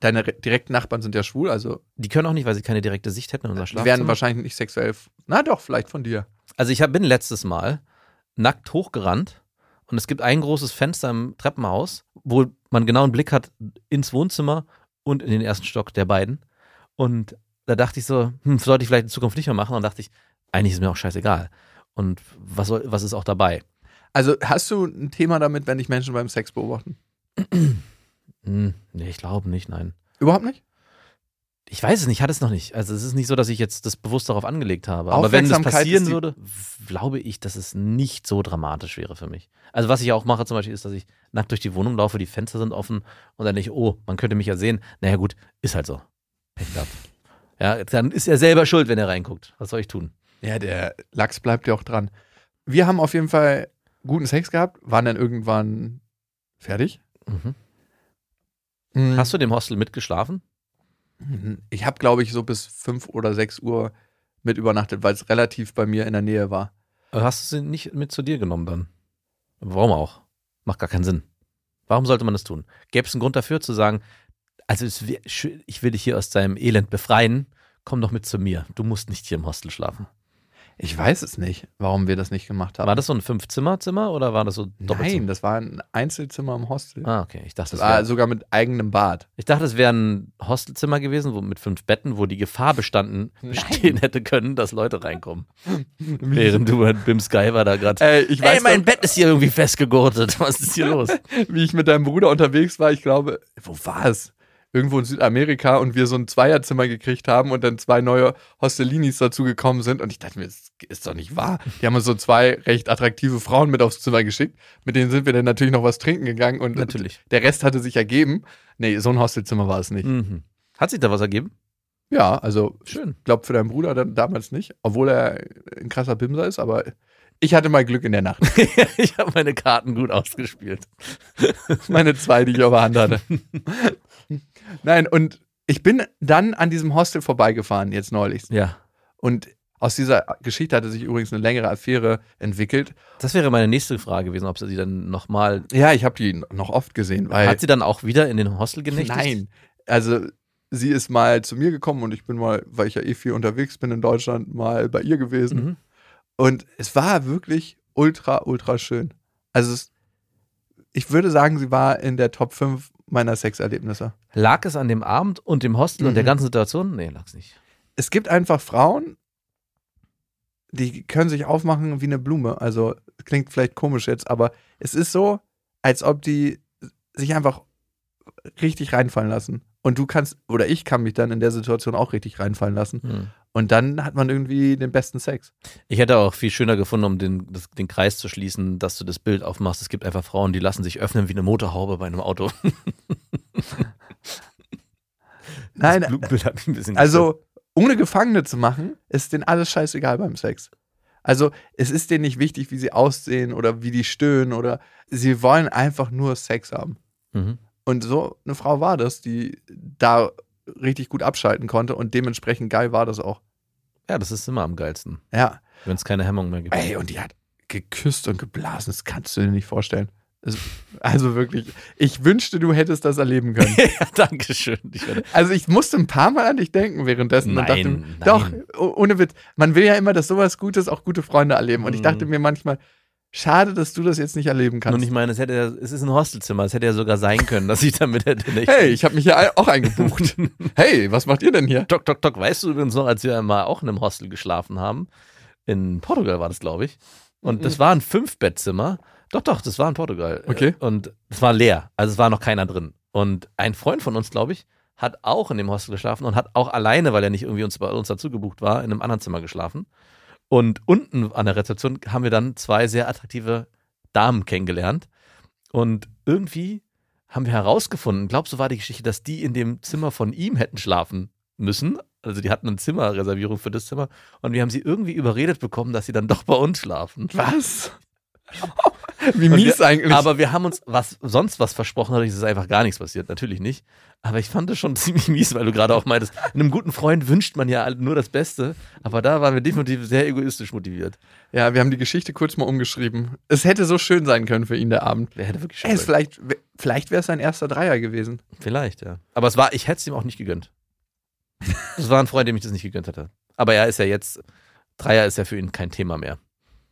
Speaker 3: Deine re- direkten Nachbarn sind ja schwul, also
Speaker 4: Die können auch nicht, weil sie keine direkte Sicht hätten in unser
Speaker 3: die
Speaker 4: Schlafzimmer.
Speaker 3: werden wahrscheinlich nicht sexuell. f- Na doch, vielleicht von dir.
Speaker 4: Also ich hab- bin letztes Mal nackt hochgerannt und es gibt ein großes Fenster im Treppenhaus, wo man genau einen Blick hat ins Wohnzimmer und in den ersten Stock der beiden. Und da dachte ich so, hm, sollte ich vielleicht in Zukunft nicht mehr machen. Und dachte ich, eigentlich ist mir auch scheißegal. Und was, soll, was ist auch dabei?
Speaker 3: Also hast du ein Thema damit, wenn dich Menschen beim Sex beobachten?
Speaker 4: Hm, nee, ich glaube nicht, nein.
Speaker 3: Überhaupt nicht?
Speaker 4: Ich weiß es nicht, hat es noch nicht. Also es ist nicht so, dass ich jetzt das bewusst darauf angelegt habe. Aber wenn das
Speaker 3: Aufmerksamkeit
Speaker 4: passieren
Speaker 3: ist die-
Speaker 4: würde, w- glaube ich, dass es nicht so dramatisch wäre für mich. Also was ich auch mache zum Beispiel ist, dass ich nackt durch die Wohnung laufe, die Fenster sind offen und dann denke ich, oh, man könnte mich ja sehen. Naja gut, ist halt so. Pech gehabt. Ja, dann ist er selber schuld, wenn er reinguckt. Was soll ich tun?
Speaker 3: Ja, der Lachs bleibt ja auch dran. Wir haben auf jeden Fall guten Sex gehabt, waren dann irgendwann fertig.
Speaker 4: Mhm.
Speaker 3: Mhm.
Speaker 4: Hast du dem Hostel mitgeschlafen?
Speaker 3: Mhm. Ich habe, glaube ich, so bis 5 oder 6 Uhr mit übernachtet, weil es relativ bei mir in der Nähe war.
Speaker 4: Oder Hast du sie nicht mit zu dir genommen dann? Warum auch? Macht gar keinen Sinn. Warum sollte man das tun? Gäbe es einen Grund dafür zu sagen, also es wär schön, ich will dich hier aus deinem Elend befreien, komm doch mit zu mir. Du musst nicht hier im Hostel schlafen.
Speaker 3: Ich weiß es nicht, warum wir das nicht gemacht haben.
Speaker 4: War das so ein Fünf-Zimmer-Zimmer oder war das so
Speaker 3: Nein,
Speaker 4: Doppelzimmer?
Speaker 3: das war ein Einzelzimmer im Hostel.
Speaker 4: Ah, okay. Ich dachte,
Speaker 3: Das
Speaker 4: es
Speaker 3: war
Speaker 4: wäre
Speaker 3: sogar mit eigenem Bad.
Speaker 4: ich dachte, es wäre ein Hostelzimmer gewesen, wo, mit fünf Betten, wo die Gefahr bestanden, bestehen hätte können, dass Leute reinkommen. Während du mit Bim Skyver da gerade.
Speaker 3: Ey, ich
Speaker 4: Äh, Ey,
Speaker 3: weiß
Speaker 4: mein Bett ist hier irgendwie festgegurtet. Was ist hier los?
Speaker 3: noch, wie ich mit deinem Bruder unterwegs war. Ich glaube, wo war es? Irgendwo in Südamerika und wir so ein Zweierzimmer gekriegt haben und dann zwei neue Hostellinis dazu gekommen sind. Und ich dachte mir, das ist doch nicht wahr. Die haben uns so zwei recht attraktive Frauen mit aufs Zimmer geschickt. Mit denen sind wir dann natürlich noch was trinken gegangen und
Speaker 4: Natürlich.
Speaker 3: der Rest hatte sich ergeben. Nee, so ein Hostelzimmer war es nicht.
Speaker 4: Mhm. Hat sich da was ergeben?
Speaker 3: Ja, also
Speaker 4: Schön.
Speaker 3: glaube für deinen Bruder dann damals nicht, obwohl er ein krasser Bimser ist, aber ich hatte mal Glück in der Nacht.
Speaker 4: ich habe meine Karten gut ausgespielt.
Speaker 3: Meine zwei, die ich auf der Hand hatte. Nein, und ich bin dann an diesem Hostel vorbeigefahren jetzt neulich
Speaker 4: Ja.
Speaker 3: und Aus dieser Geschichte hatte sich übrigens eine längere Affäre entwickelt.
Speaker 4: Das wäre meine nächste Frage gewesen, ob sie dann nochmal.
Speaker 3: Ja, ich habe die noch oft gesehen, weil
Speaker 4: Hat sie dann auch wieder in den Hostel genächtigt?
Speaker 3: Nein. Also sie ist mal zu mir gekommen und ich bin mal, weil ich ja eh viel unterwegs bin in Deutschland, mal bei ihr gewesen.
Speaker 4: Mhm.
Speaker 3: Und es war wirklich ultra, ultra schön. Also es, ich würde sagen, sie war in der Top 5 meiner Sexerlebnisse.
Speaker 4: Lag es an dem Abend und dem Hostel und der
Speaker 3: Mhm.
Speaker 4: ganzen Situation? Nee, lag es nicht.
Speaker 3: Es gibt einfach Frauen, die können sich aufmachen wie eine Blume. Also klingt vielleicht komisch jetzt, aber es ist so, als ob die sich einfach richtig reinfallen lassen. Und du kannst, oder ich kann mich dann in der Situation auch richtig reinfallen lassen.
Speaker 4: Hm.
Speaker 3: Und dann hat man irgendwie den besten Sex.
Speaker 4: Ich hätte auch viel schöner gefunden, um den, das, den Kreis zu schließen, dass du das Bild aufmachst. Es gibt einfach Frauen, die lassen sich öffnen wie eine Motorhaube bei einem Auto.
Speaker 3: Nein,
Speaker 4: das Blutbild hat mich ein bisschen
Speaker 3: Also, ohne Gefangene zu machen, ist denen alles scheißegal beim Sex. Also, es ist denen nicht wichtig, wie sie aussehen oder wie die stöhnen oder sie wollen einfach nur Sex haben.
Speaker 4: gestört. mhm.
Speaker 3: Und so eine Frau war das, die da richtig gut abschalten konnte und dementsprechend geil war das auch.
Speaker 4: Ja, das ist immer am geilsten,
Speaker 3: Ja.
Speaker 4: wenn es keine Hemmung mehr gibt.
Speaker 3: Ey, und die hat geküsst und geblasen, das kannst du dir nicht vorstellen. Es- Also wirklich, ich wünschte, du hättest das erleben können.
Speaker 4: ja, danke schön. Ich werde,
Speaker 3: Also ich musste ein paar Mal an dich denken währenddessen und dachte,
Speaker 4: Nein, nein.
Speaker 3: doch, oh- ohne Witz, man will ja immer, dass sowas Gutes auch gute Freunde erleben. Und ich
Speaker 4: Mhm.
Speaker 3: dachte mir manchmal, schade, dass du das jetzt nicht erleben
Speaker 4: nur
Speaker 3: kannst.
Speaker 4: nicht meine, es, hätte, ja- es ist ein Hostelzimmer. Es hätte ja sogar sein können, dass ich damit hätte nicht.
Speaker 3: hey, ich habe mich ja ei- auch eingebucht. hey, was macht ihr denn hier?
Speaker 4: Tok, tok, tok. Weißt du übrigens noch, als wir mal auch in einem Hostel geschlafen haben? In Portugal war das, glaube ich.
Speaker 3: Mhm.
Speaker 4: Und das war ein Fünfbettzimmer. Doch, doch, das war in Portugal.
Speaker 3: Okay.
Speaker 4: Äh, Und es war leer. Also es war noch keiner drin. Und ein Freund von uns, glaube ich, hat auch in dem Hostel geschlafen und hat auch alleine, weil er nicht irgendwie uns bei uns dazu gebucht war, in einem anderen Zimmer geschlafen. Und unten an der Rezeption haben wir dann zwei sehr attraktive Damen kennengelernt. Und irgendwie haben wir herausgefunden, glaubst du, war die Geschichte, dass die in dem Zimmer von ihm hätten schlafen müssen? Also die hatten eine Zimmerreservierung für das Zimmer und wir haben sie irgendwie überredet bekommen, dass sie dann doch bei uns schlafen.
Speaker 3: Was? Wie
Speaker 4: Und
Speaker 3: mies
Speaker 4: wir,
Speaker 3: eigentlich.
Speaker 4: Aber wir haben uns was sonst was versprochen, dadurch ist einfach gar nichts passiert, natürlich nicht. Aber ich fand das schon ziemlich mies, weil du gerade auch meintest, einem guten Freund wünscht man ja nur das Beste, aber da waren wir definitiv sehr egoistisch motiviert.
Speaker 3: ja, wir haben die Geschichte kurz mal umgeschrieben. Es hätte so schön sein können für ihn der Abend.
Speaker 4: Wer hätte wirklich
Speaker 3: Ey, es
Speaker 4: vielleicht,
Speaker 3: vielleicht vielleicht wäre es sein erster Dreier gewesen.
Speaker 4: vielleicht, ja. Aber es war, ich hätte es ihm auch nicht gegönnt. Das war ein Freund, dem ich das nicht gegönnt hätte. Aber er ist ja jetzt, Dreier ist ja für ihn kein Thema mehr.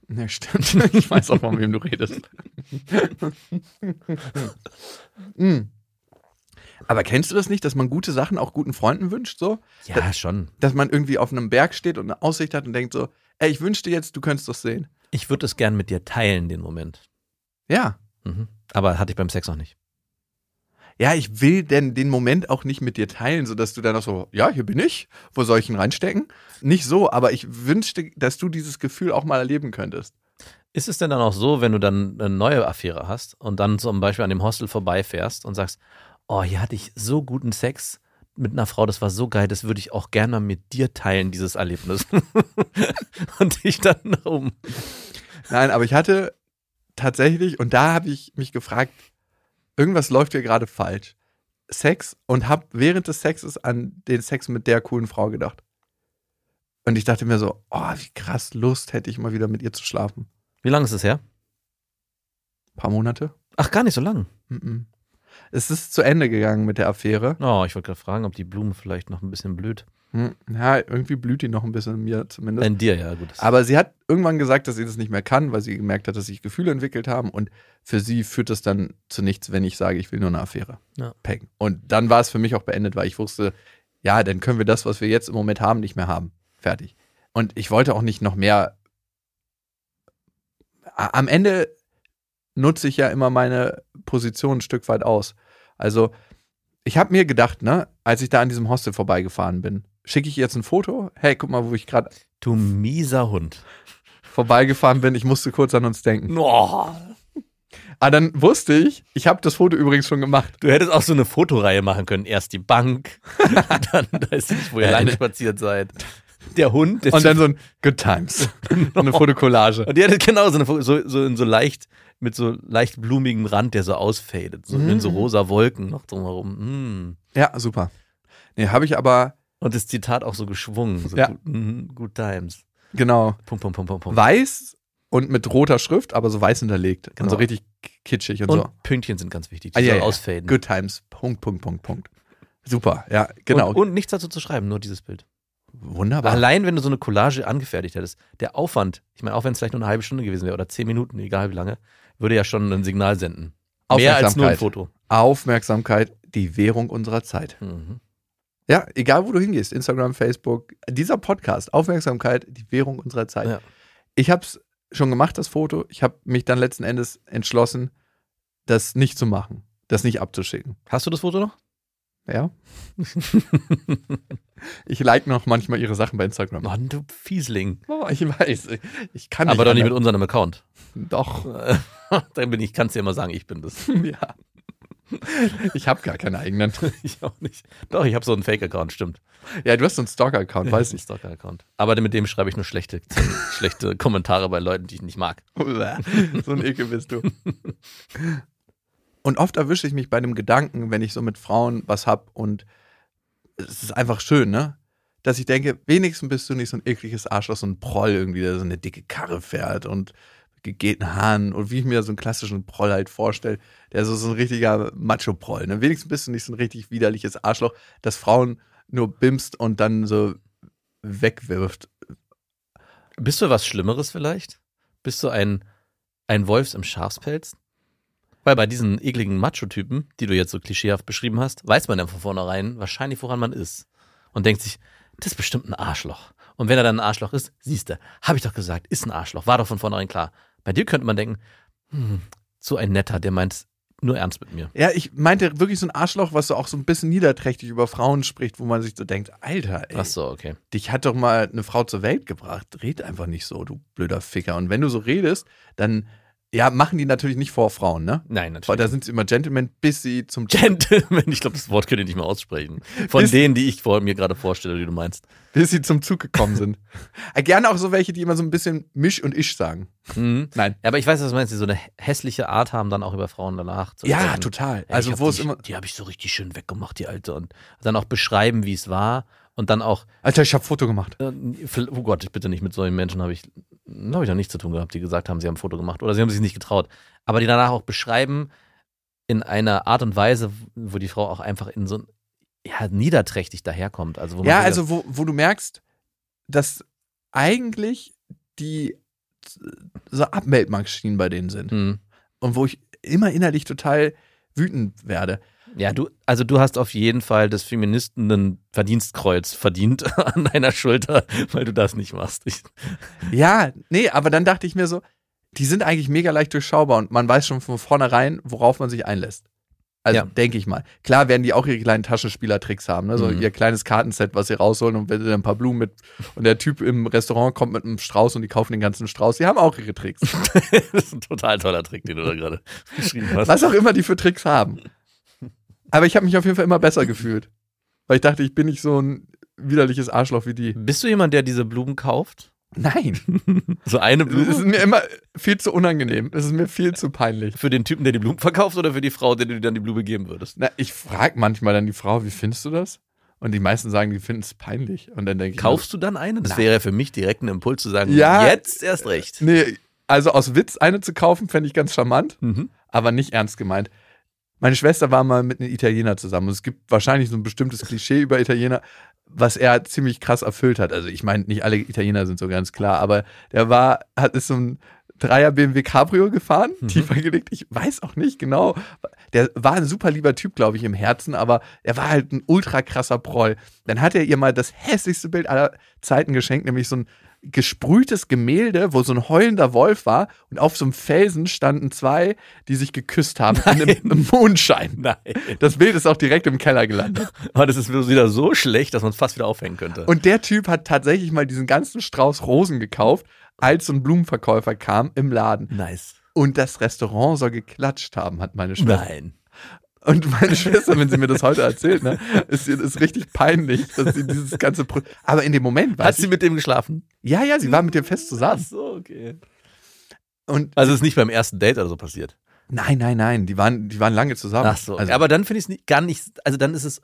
Speaker 3: Ja, stimmt. Ich weiß auch, von wem du redest. Hm. Aber kennst du das nicht, dass man gute Sachen auch guten Freunden wünscht? So?
Speaker 4: Ja, schon.
Speaker 3: Dass man irgendwie auf einem Berg steht und eine Aussicht hat und denkt so, ey, ich wünschte jetzt, du könntest das sehen.
Speaker 4: Ich würde es gern mit dir teilen, den Moment.
Speaker 3: Ja.
Speaker 4: Mhm. Aber hatte ich beim Sex noch nicht.
Speaker 3: Ja, ich will denn den Moment auch nicht mit dir teilen, sodass du dann auch so, ja, hier bin ich, wo soll ich ihn reinstecken? Nicht so, aber ich wünschte, dass du dieses Gefühl auch mal erleben könntest.
Speaker 4: Ist es denn dann auch so, wenn du dann eine neue Affäre hast und dann zum Beispiel an dem Hostel vorbeifährst und sagst, oh, hier hatte ich so guten Sex mit einer Frau, das war so geil, das würde ich auch gerne mal mit dir teilen, dieses Erlebnis. und dich dann nach oben.
Speaker 3: Nein, aber ich hatte tatsächlich, und da habe ich mich gefragt, irgendwas läuft hier gerade falsch. Sex und habe während des Sexes an den Sex mit der coolen Frau gedacht. Und ich dachte mir so, oh, wie krass Lust hätte ich mal wieder mit ihr zu schlafen.
Speaker 4: Wie lange ist es her?
Speaker 3: paar Monate?
Speaker 4: Ach, gar nicht so lang.
Speaker 3: Mhm. Es ist zu Ende gegangen mit der Affäre.
Speaker 4: Oh, ich wollte gerade fragen, ob die Blume vielleicht noch ein bisschen blüht.
Speaker 3: Hm, Ja, irgendwie blüht die noch ein bisschen in mir zumindest.
Speaker 4: Nein, dir, ja, gut. das-
Speaker 3: Aber sie hat irgendwann gesagt, dass sie das nicht mehr kann, weil sie gemerkt hat, dass sich Gefühle entwickelt haben. Und für sie führt das dann zu nichts, wenn ich sage, ich will nur eine Affäre.
Speaker 4: Ja.
Speaker 3: Peng. Und dann war es für mich auch beendet, weil ich wusste, ja, dann können wir das, was wir jetzt im Moment haben, nicht mehr haben. Fertig. Und ich wollte auch nicht noch mehr. A- Am Ende nutze ich ja immer meine Position ein Stück weit aus. Also, ich habe mir gedacht, ne, als ich da an diesem Hostel vorbeigefahren bin, schicke ich ihr jetzt ein Foto? Hey, guck mal, wo ich gerade
Speaker 4: du mieser Hund.
Speaker 3: vorbeigefahren bin. Ich musste kurz an uns denken.
Speaker 4: Oh,
Speaker 3: Ah, dann wusste ich, ich habe das Foto übrigens schon gemacht.
Speaker 4: Du hättest auch so eine Fotoreihe machen können. Erst die Bank, dann weiß ich, wo ihr alleine spaziert seid. Der Hund. der
Speaker 3: Und dann
Speaker 4: zu-
Speaker 3: so ein Good Times. Eine Fotokollage.
Speaker 4: und ihr hättet genau so, eine, Fo- so, so in so leicht, mit so leicht blumigem Rand, der so ausfadet. So in so rosa Wolken noch drumherum. Mm.
Speaker 3: Ja, super. Nee, habe ich aber,
Speaker 4: Und das Zitat auch so geschwungen. So
Speaker 3: Ja.
Speaker 4: gut, mm, good times.
Speaker 3: Genau.
Speaker 4: Punkt, Punkt, Punkt, Punkt, Punkt.
Speaker 3: Weiß und mit roter Schrift, aber so weiß unterlegt. Und
Speaker 4: Genau.
Speaker 3: so richtig kitschig und,
Speaker 4: Und
Speaker 3: so.
Speaker 4: Pünktchen sind ganz wichtig, die
Speaker 3: Ah, ja,
Speaker 4: sollen
Speaker 3: ja.
Speaker 4: ausfaden.
Speaker 3: Good Times. Punkt, Punkt, Punkt, Punkt. Super, ja, genau.
Speaker 4: Und, und nichts dazu zu schreiben, nur dieses Bild.
Speaker 3: Wunderbar.
Speaker 4: Allein, wenn du so eine Collage angefertigt hättest, der Aufwand, ich meine, auch wenn es vielleicht nur eine halbe Stunde gewesen wäre oder zehn Minuten, egal wie lange, würde ja schon ein Signal senden. Mehr als nur ein
Speaker 3: Aufmerksamkeit.
Speaker 4: Foto.
Speaker 3: Aufmerksamkeit, die Währung unserer Zeit.
Speaker 4: Mhm.
Speaker 3: Ja, egal wo du hingehst, Instagram, Facebook, dieser Podcast, Aufmerksamkeit, die Währung unserer Zeit.
Speaker 4: Ja.
Speaker 3: Ich habe es schon gemacht, das Foto. Ich habe mich dann letzten Endes entschlossen, das nicht zu machen, das nicht abzuschicken.
Speaker 4: Hast du das Foto noch?
Speaker 3: Ja. ich like noch manchmal ihre Sachen bei Instagram.
Speaker 4: Mann, du Fiesling.
Speaker 3: Oh, ich weiß, ich kann nicht.
Speaker 4: Aber doch nicht mit unserem Account.
Speaker 3: mit Doch,
Speaker 4: Dann bin ich, kannst du ja immer sagen, ich bin das.
Speaker 3: ja. Ich habe gar keinen eigenen.
Speaker 4: Ich auch nicht. Doch, ich habe so einen Fake-Account, stimmt.
Speaker 3: Ja, du hast so einen Stalker-Account, weiß
Speaker 4: Ein
Speaker 3: ich.
Speaker 4: Stalker-Account. Aber mit dem schreibe ich nur schlechte, schlechte Kommentare bei Leuten, die ich nicht mag.
Speaker 3: Uah, so ein Ekel bist du. Und oft erwische ich mich bei dem Gedanken, wenn ich so mit Frauen was hab und es ist einfach schön, ne? Dass ich denke, wenigstens bist du nicht so ein ekliges Arschloch, so ein Proll irgendwie, der so eine dicke Karre fährt und gegehten Haaren und wie ich mir so einen klassischen Proll halt vorstelle, der so, so ein richtiger Macho-Proll, ne? Wenigstens bist du nicht so ein richtig widerliches Arschloch, das Frauen nur bimst und dann so wegwirft.
Speaker 4: Bist du was Schlimmeres vielleicht? Bist du ein, ein Wolfs im Schafspelz? Weil bei diesen ekligen Macho-Typen, die du jetzt so klischeehaft beschrieben hast, weiß man ja von vornherein wahrscheinlich, woran man ist. Und denkt sich, das ist bestimmt ein Arschloch. Und wenn er dann ein Arschloch ist, siehst du, habe ich doch gesagt, ist ein Arschloch, war doch von vornherein klar. Bei dir könnte man denken, hm, so ein Netter, der meint nur ernst mit mir.
Speaker 3: Ja, ich meinte wirklich so ein Arschloch, was so auch so ein bisschen niederträchtig über Frauen spricht, wo man sich so denkt, Alter, ey,
Speaker 4: Ach so, okay.
Speaker 3: dich hat doch mal eine Frau zur Welt gebracht. Red einfach nicht so, du blöder Ficker. Und wenn du so redest, dann, ja, machen die natürlich nicht vor Frauen, ne?
Speaker 4: Nein,
Speaker 3: Weil
Speaker 4: natürlich.
Speaker 3: da sind sie immer Gentlemen, bis sie zum
Speaker 4: Gentleman, ich glaube, das Wort könnt ihr nicht mehr aussprechen. Von
Speaker 3: Ist-
Speaker 4: denen, die ich vor mir gerade vorstelle, die du meinst.
Speaker 3: bis sie zum Zug gekommen sind. Äh, Gerne auch so welche, die immer so ein bisschen Misch und Ich sagen.
Speaker 4: Mhm.
Speaker 3: Nein.
Speaker 4: Ja, aber ich weiß, was du meinst, die so eine hässliche Art haben, dann auch über Frauen danach zu
Speaker 3: Ja,
Speaker 4: sprechen.
Speaker 3: total.
Speaker 4: Ja, ich
Speaker 3: also
Speaker 4: hab
Speaker 3: wo
Speaker 4: die,
Speaker 3: es immer,
Speaker 4: Die habe ich so richtig schön weggemacht, die alte. Und dann auch beschreiben, wie es war. Und dann auch,
Speaker 3: Alter, ich hab Foto gemacht.
Speaker 4: äh, oh Gott, bitte nicht, mit solchen Menschen habe ich, habe ich noch nichts zu tun gehabt, die gesagt haben, sie haben ein Foto gemacht oder sie haben sich nicht getraut. Aber die danach auch beschreiben in einer Art und Weise, wo die Frau auch einfach in so ein, ja, niederträchtig daherkommt. Also, wo man
Speaker 3: Ja,
Speaker 4: so-
Speaker 3: also wo, wo du merkst, dass eigentlich die so Abmeldmaschinen bei denen sind.
Speaker 4: Mhm.
Speaker 3: und wo ich immer innerlich total wütend werde.
Speaker 4: Ja, du, also du hast auf jeden Fall des Feministen ein Verdienstkreuz verdient an deiner Schulter, weil du das nicht machst. Ich,
Speaker 3: Ja, nee, aber dann dachte ich mir so, die sind eigentlich mega leicht durchschaubar und man weiß schon von vornherein, worauf man sich einlässt. Also
Speaker 4: Ja.
Speaker 3: denke ich mal. Klar werden die auch ihre kleinen Taschenspielertricks haben, ne? so
Speaker 4: Mhm.
Speaker 3: ihr kleines Kartenset, was sie rausholen und wenn sie dann ein paar Blumen mit und der Typ im Restaurant kommt mit einem Strauß und die kaufen den ganzen Strauß. Die haben auch ihre Tricks.
Speaker 4: das ist ein total toller Trick, den du da gerade beschrieben hast.
Speaker 3: Was auch immer die für Tricks haben. Aber ich habe mich auf jeden Fall immer besser gefühlt, weil ich dachte, ich bin nicht so ein widerliches Arschloch wie die.
Speaker 4: Bist du jemand, der diese Blumen kauft?
Speaker 3: Nein.
Speaker 4: So eine
Speaker 3: Es ist
Speaker 4: Blume?
Speaker 3: mir immer viel zu unangenehm. Es ist mir viel zu peinlich.
Speaker 4: Für den Typen, der die Blumen verkauft oder für die Frau, der du dann die Blume geben würdest?
Speaker 3: Na, ich frage manchmal dann die Frau, wie findest du das? Und die meisten sagen, die finden es peinlich. Und dann denke ich,
Speaker 4: Kaufst du dann eine? Das
Speaker 3: Nein.
Speaker 4: wäre ja für mich direkt ein Impuls zu sagen,
Speaker 3: Ja.
Speaker 4: jetzt erst recht.
Speaker 3: nee, also aus Witz eine zu kaufen, fände ich ganz charmant,
Speaker 4: Mhm.
Speaker 3: aber nicht ernst gemeint. Meine Schwester war mal mit einem Italiener zusammen und es gibt wahrscheinlich so ein bestimmtes Klischee über Italiener, was er ziemlich krass erfüllt hat. Also ich meine, nicht alle Italiener sind so ganz klar, aber der war, hat ist so ein Dreier BMW Cabrio gefahren, tiefer gelegt. Ich weiß auch nicht genau. Der war ein super lieber Typ, glaube ich, im Herzen, aber er war halt ein ultra krasser Proll. Dann hat er ihr mal das hässlichste Bild aller Zeiten geschenkt, nämlich so ein gesprühtes Gemälde, wo so ein heulender Wolf war und auf so einem Felsen standen zwei, die sich geküsst haben in einem, im Mondschein.
Speaker 4: Nein.
Speaker 3: Das Bild ist auch direkt im Keller gelandet.
Speaker 4: Aber das ist wieder so schlecht, dass man es fast wieder aufhängen könnte.
Speaker 3: Und der Typ hat tatsächlich mal diesen ganzen Strauß Rosen gekauft, als so ein Blumenverkäufer kam im Laden.
Speaker 4: nice.
Speaker 3: Und das Restaurant soll geklatscht haben, hat meine Schwester.
Speaker 4: Nein.
Speaker 3: Und meine Schwester, wenn sie mir das heute erzählt, ne, ist, ihr- ist richtig peinlich, dass sie dieses ganze. Pro Aber in dem Moment
Speaker 4: Hat
Speaker 3: weiß
Speaker 4: sie
Speaker 3: ich,
Speaker 4: mit dem geschlafen?
Speaker 3: Ja, ja, sie war mit dem fest
Speaker 4: Ach
Speaker 3: zusammen.
Speaker 4: so, okay.
Speaker 3: Und
Speaker 4: Also es ist nicht beim ersten Date oder so passiert.
Speaker 3: nein, nein, nein, die waren, die waren lange zusammen.
Speaker 4: Ach so,
Speaker 3: Also,
Speaker 4: aber dann finde ich es gar nicht, also dann ist es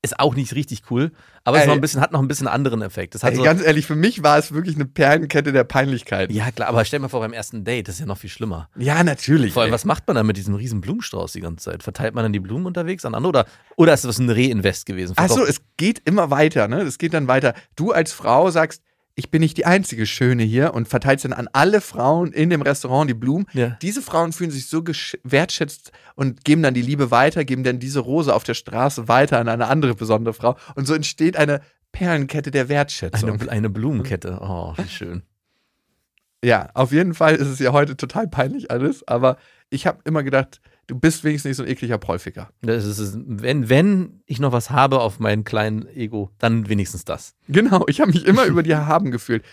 Speaker 4: Ist auch nicht richtig cool, aber es
Speaker 3: Ey.
Speaker 4: ist noch ein bisschen, hat noch ein bisschen anderen Effekt. Das hat
Speaker 3: Ey,
Speaker 4: so,
Speaker 3: Äh, ganz ehrlich, für mich war es wirklich eine Perlenkette der Peinlichkeiten.
Speaker 4: also ja, klar, aber stell mal vor, beim ersten Date, das ist ja noch viel schlimmer.
Speaker 3: Ja, natürlich.
Speaker 4: Vor allem,
Speaker 3: ey.
Speaker 4: was macht man dann mit diesem riesen Blumenstrauß die ganze Zeit? Verteilt man dann die Blumen unterwegs an andere oder, oder ist das ein Reinvest gewesen?
Speaker 3: Ach so,
Speaker 4: Verkauft-
Speaker 3: es geht immer weiter, ne? Es geht dann weiter. Du als Frau sagst, ich bin nicht die einzige Schöne hier und verteilst dann an alle Frauen in dem Restaurant die Blumen.
Speaker 4: ja.
Speaker 3: Diese Frauen fühlen sich so gesch- wertschätzt und geben dann die Liebe weiter, geben dann diese Rose auf der Straße weiter an eine andere besondere Frau. Und so entsteht eine Perlenkette der Wertschätzung.
Speaker 4: eine, eine Blumenkette. Oh, wie schön.
Speaker 3: Ja, auf jeden Fall ist es ja heute total peinlich alles, aber ich habe immer gedacht, du bist wenigstens nicht so ein ekliger Prollficker.
Speaker 4: Das ist, es. wenn, wenn ich noch was habe auf meinem kleinen Ego, dann wenigstens das.
Speaker 3: Genau, ich habe mich immer über die Haben gefühlt.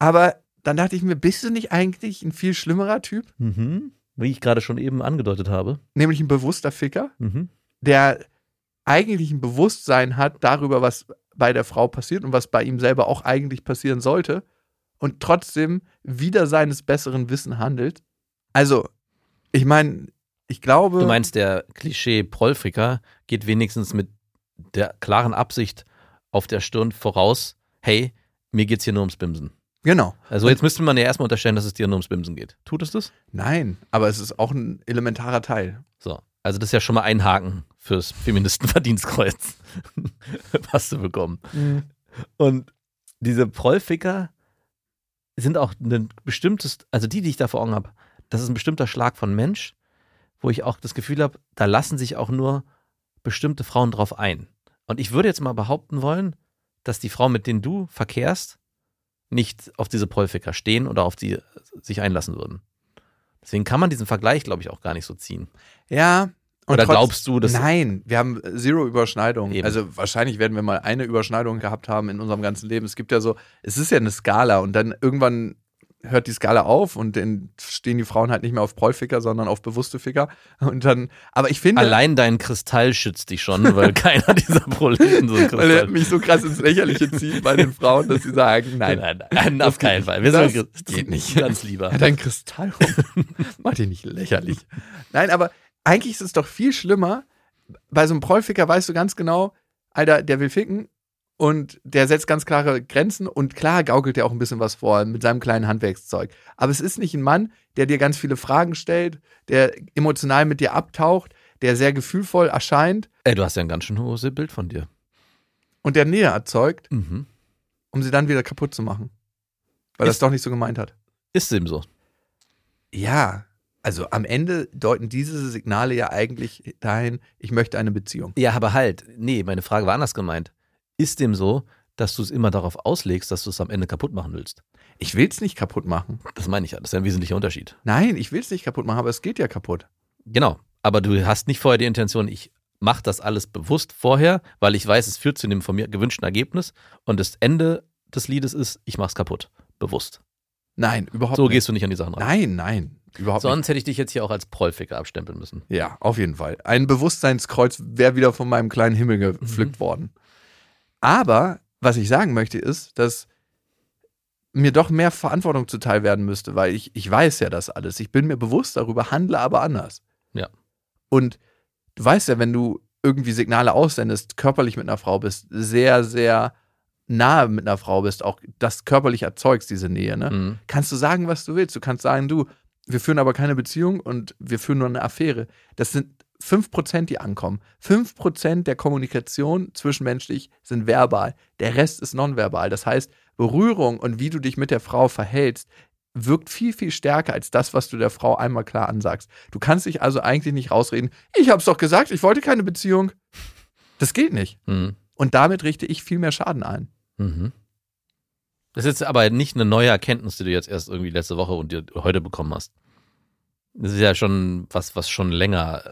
Speaker 3: Aber dann dachte ich mir, bist du nicht eigentlich ein viel schlimmerer Typ? Mhm.
Speaker 4: Wie ich gerade schon eben angedeutet habe.
Speaker 3: Nämlich ein bewusster Ficker, der eigentlich ein Bewusstsein hat darüber, was bei der Frau passiert und was bei ihm selber auch eigentlich passieren sollte und trotzdem wieder seines besseren Wissen handelt. Also, ich meine, ich glaube.
Speaker 4: Du meinst, der Klischee-Prollficker geht wenigstens mit der klaren Absicht auf der Stirn voraus, hey, mir geht's hier nur ums Bimsen.
Speaker 3: genau.
Speaker 4: Also jetzt müsste man ja erstmal unterstellen, dass es dir nur ums Bimsen geht. Tut es das?
Speaker 3: Nein, aber es ist auch ein elementarer Teil.
Speaker 4: So. Also das ist ja schon mal ein Haken fürs Feministenverdienstkreuz. Hast du bekommen. Und diese Prollficker sind auch ein bestimmtes, also die, die ich da vor Augen habe, das ist ein bestimmter Schlag von Mensch, wo ich auch das Gefühl habe, da lassen sich auch nur bestimmte Frauen drauf ein. Und ich würde jetzt mal behaupten wollen, dass die Frauen, mit denen du verkehrst, nicht auf diese Prollficker stehen oder auf die äh, sich einlassen würden. Deswegen kann man diesen Vergleich, glaube ich, auch gar nicht so ziehen.
Speaker 3: Ja. und
Speaker 4: Oder
Speaker 3: trotz-
Speaker 4: glaubst du, dass-
Speaker 3: Nein, wir haben äh, zero Überschneidungen.
Speaker 4: Eben.
Speaker 3: Also wahrscheinlich werden wir mal eine Überschneidung gehabt haben in unserem ganzen Leben. Es gibt ja so, es ist ja eine Skala und dann irgendwann hört die Skala auf und dann stehen die Frauen halt nicht mehr auf Prollficker, sondern auf bewusste Ficker. Und dann, aber ich finde,
Speaker 4: Allein dein Kristall schützt dich schon, weil keiner dieser Proleten so ein
Speaker 3: weil er
Speaker 4: Kristall
Speaker 3: mich so krass ins Lächerliche zieht bei den Frauen, dass sie sagen, nein,
Speaker 4: nein, nein, auf keinen Fall. Wir
Speaker 3: das
Speaker 4: sind Christ-
Speaker 3: geht nicht.
Speaker 4: Ganz lieber.
Speaker 3: Hat ein Kristall rum. Mach dich nicht lächerlich. Nein, aber eigentlich ist es doch viel schlimmer. Bei so einem Prollficker weißt du ganz genau, Alter, der will ficken und der setzt ganz klare Grenzen und klar gaukelt er auch ein bisschen was vor mit seinem kleinen Handwerkszeug. Aber es ist nicht ein Mann, der dir ganz viele Fragen stellt, der emotional mit dir abtaucht, der sehr gefühlvoll erscheint
Speaker 4: Ey, du hast ja ein ganz schön hohes Bild von dir.
Speaker 3: und der Nähe erzeugt,
Speaker 4: Mhm.
Speaker 3: um sie dann wieder kaputt zu machen. Weil er es
Speaker 4: Ist-
Speaker 3: doch nicht so gemeint hat.
Speaker 4: Ist eben so.
Speaker 3: Ja, also am Ende deuten diese Signale ja eigentlich dahin, ich möchte eine Beziehung.
Speaker 4: Ja, aber halt. Nee, meine Frage war anders gemeint. Ist dem so, dass du es immer darauf auslegst, dass du es am Ende kaputt machen willst?
Speaker 3: Ich will es nicht kaputt machen.
Speaker 4: Das meine ich ja. Das ist ja ein wesentlicher Unterschied.
Speaker 3: Nein, ich will es nicht kaputt machen, aber es geht ja kaputt.
Speaker 4: Genau. Aber du hast nicht vorher die Intention, ich mache das alles bewusst vorher, weil ich weiß, es führt zu dem von mir gewünschten Ergebnis. Und das Ende des Liedes ist, ich mach's kaputt. Bewusst.
Speaker 3: Nein, überhaupt
Speaker 4: So
Speaker 3: nicht.
Speaker 4: gehst du nicht an die Sachen ran.
Speaker 3: Nein, nein, überhaupt
Speaker 4: Sonst hätte ich dich jetzt hier auch als Prollficker abstempeln müssen.
Speaker 3: nicht. Ja, auf jeden Fall. Ein Bewusstseinskreuz wäre wieder von meinem kleinen Himmel gepflückt worden. Aber was ich sagen möchte ist, dass mir doch mehr Verantwortung zuteil werden müsste, weil ich, ich weiß ja das alles. Ich bin mir bewusst darüber, handle aber anders.
Speaker 4: Ja.
Speaker 3: Und du weißt ja, wenn du irgendwie Signale aussendest, körperlich mit einer Frau bist, sehr, sehr nahe mit einer Frau bist, auch das körperlich erzeugst, diese Nähe, ne?
Speaker 4: Mhm.
Speaker 3: Kannst du sagen, was du willst. Du kannst sagen, du, wir führen aber keine Beziehung und wir führen nur eine Affäre. Das sind 5%, die ankommen. 5% der Kommunikation zwischenmenschlich sind verbal. Der Rest ist nonverbal. Das heißt, Berührung und wie du dich mit der Frau verhältst, wirkt viel, viel stärker als das, was du der Frau einmal klar ansagst. Du kannst dich also eigentlich nicht rausreden, ich hab's doch gesagt, ich wollte keine Beziehung. Das geht nicht.
Speaker 4: Mhm.
Speaker 3: Und damit richte ich viel mehr Schaden ein.
Speaker 4: Mhm. Das ist jetzt aber nicht eine neue Erkenntnis, die du jetzt erst irgendwie letzte Woche und dir heute bekommen hast. Das ist ja schon was, was schon länger,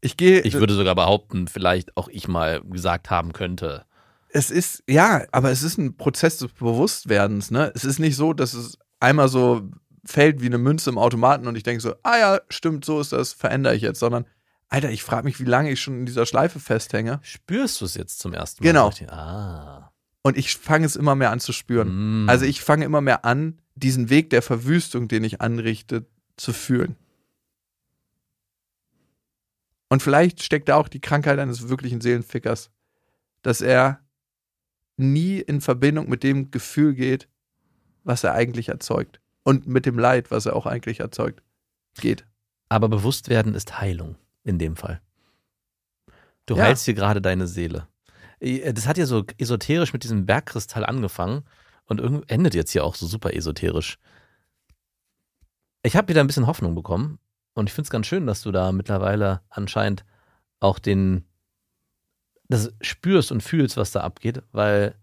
Speaker 3: Ich gehe.
Speaker 4: ich würde sogar behaupten, vielleicht auch ich mal gesagt haben könnte.
Speaker 3: es ist, ja, aber es ist ein Prozess des Bewusstwerdens, ne? Es ist nicht so, dass es einmal so fällt wie eine Münze im Automaten und ich denke so, ah ja, stimmt, so ist das, verändere ich jetzt, sondern, Alter, ich frage mich, wie lange ich schon in dieser Schleife festhänge
Speaker 4: Spürst du es jetzt zum ersten Mal?
Speaker 3: Genau.
Speaker 4: Richtig. Ah.
Speaker 3: und ich fange es immer mehr an zu spüren.
Speaker 4: Mhm.
Speaker 3: Also ich fange immer mehr an, diesen Weg der Verwüstung, den ich anrichte, zu fühlen. Und vielleicht steckt da auch die Krankheit eines wirklichen Seelenfickers dass er nie in Verbindung mit dem Gefühl geht, was er eigentlich erzeugt. Und mit dem Leid, was er auch eigentlich erzeugt, geht.
Speaker 4: Aber Bewusstwerden ist Heilung in dem Fall. Du
Speaker 3: Ja.
Speaker 4: heilst hier gerade deine Seele. Äh, Das hat ja so esoterisch mit diesem Bergkristall angefangen und irgend- endet jetzt hier auch so super esoterisch. Ich habe wieder ein bisschen Hoffnung bekommen und ich finde es ganz schön, dass du da mittlerweile anscheinend auch den das spürst und fühlst, was da abgeht, weil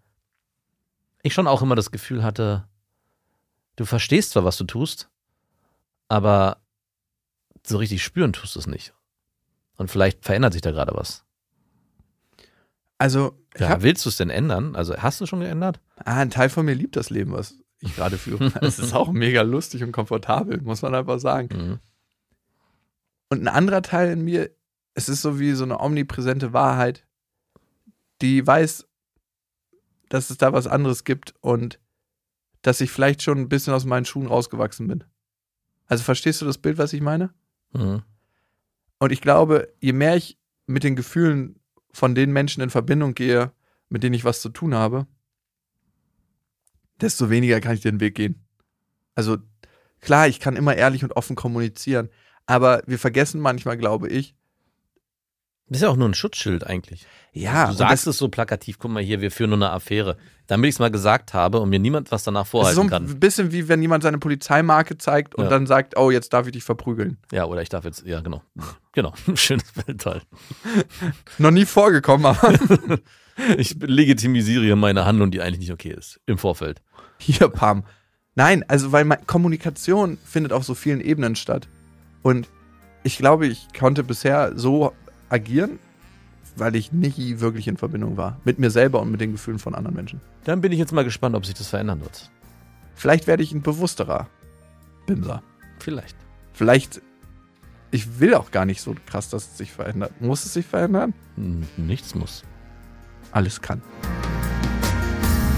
Speaker 4: ich schon auch immer das Gefühl hatte, du verstehst zwar, was du tust, aber so richtig spüren tust du es nicht. Und vielleicht verändert sich da gerade was.
Speaker 3: Also, ich
Speaker 4: Ja,
Speaker 3: hab,
Speaker 4: willst du es denn ändern? Also hast du schon geändert?
Speaker 3: ah, ein Teil von mir liebt das Leben, was ich gerade führe. Es ist auch mega lustig und komfortabel, muss man einfach sagen.
Speaker 4: Mhm.
Speaker 3: Und ein anderer Teil in mir, es ist so wie so eine omnipräsente Wahrheit, die weiß, dass es da was anderes gibt und dass ich vielleicht schon ein bisschen aus meinen Schuhen rausgewachsen bin. Also verstehst du das Bild, was ich meine?
Speaker 4: Mhm.
Speaker 3: Und ich glaube, je mehr ich mit den Gefühlen von den Menschen in Verbindung gehe, mit denen ich was zu tun habe, desto weniger kann ich den Weg gehen. Also klar, ich kann immer ehrlich und offen kommunizieren, aber wir vergessen manchmal, glaube ich,
Speaker 4: Das ist ja auch nur ein Schutzschild eigentlich.
Speaker 3: ja,
Speaker 4: Also du
Speaker 3: und
Speaker 4: sagst
Speaker 3: das,
Speaker 4: es so plakativ, guck mal hier, wir führen nur eine Affäre. Damit ich es mal gesagt habe und mir niemand was danach
Speaker 3: das ist so
Speaker 4: vorhalten kann.
Speaker 3: ein bisschen wie wenn jemand seine Polizeimarke zeigt und
Speaker 4: Ja.
Speaker 3: dann sagt, oh, jetzt darf ich dich verprügeln.
Speaker 4: Ja, oder ich darf jetzt, ja genau. Genau, schönes Bild halt.
Speaker 3: Noch nie vorgekommen, aber
Speaker 4: Ich legitimisiere hier meine Handlung, die eigentlich nicht okay ist, im Vorfeld.
Speaker 3: hier, Pam. Nein, also weil mein- Kommunikation findet auf so vielen Ebenen statt. Und ich glaube, ich konnte bisher so agieren, weil ich nie wirklich in Verbindung war. Mit mir selber und mit den Gefühlen von anderen Menschen.
Speaker 4: Dann bin ich jetzt mal gespannt, ob sich das verändern wird.
Speaker 3: Vielleicht werde ich ein bewussterer Bimser.
Speaker 4: Vielleicht.
Speaker 3: Vielleicht, ich will auch gar nicht so krass, dass es sich verändert. Muss es sich verändern?
Speaker 4: Hm, Nichts muss.
Speaker 3: Alles kann.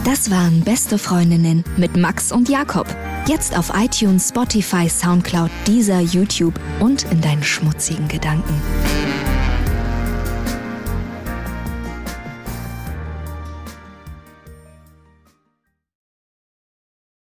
Speaker 1: Das waren Beste Freundinnen mit Max und Jakob. Jetzt auf iTunes, Spotify, Soundcloud, Deezer, YouTube und in deinen schmutzigen Gedanken.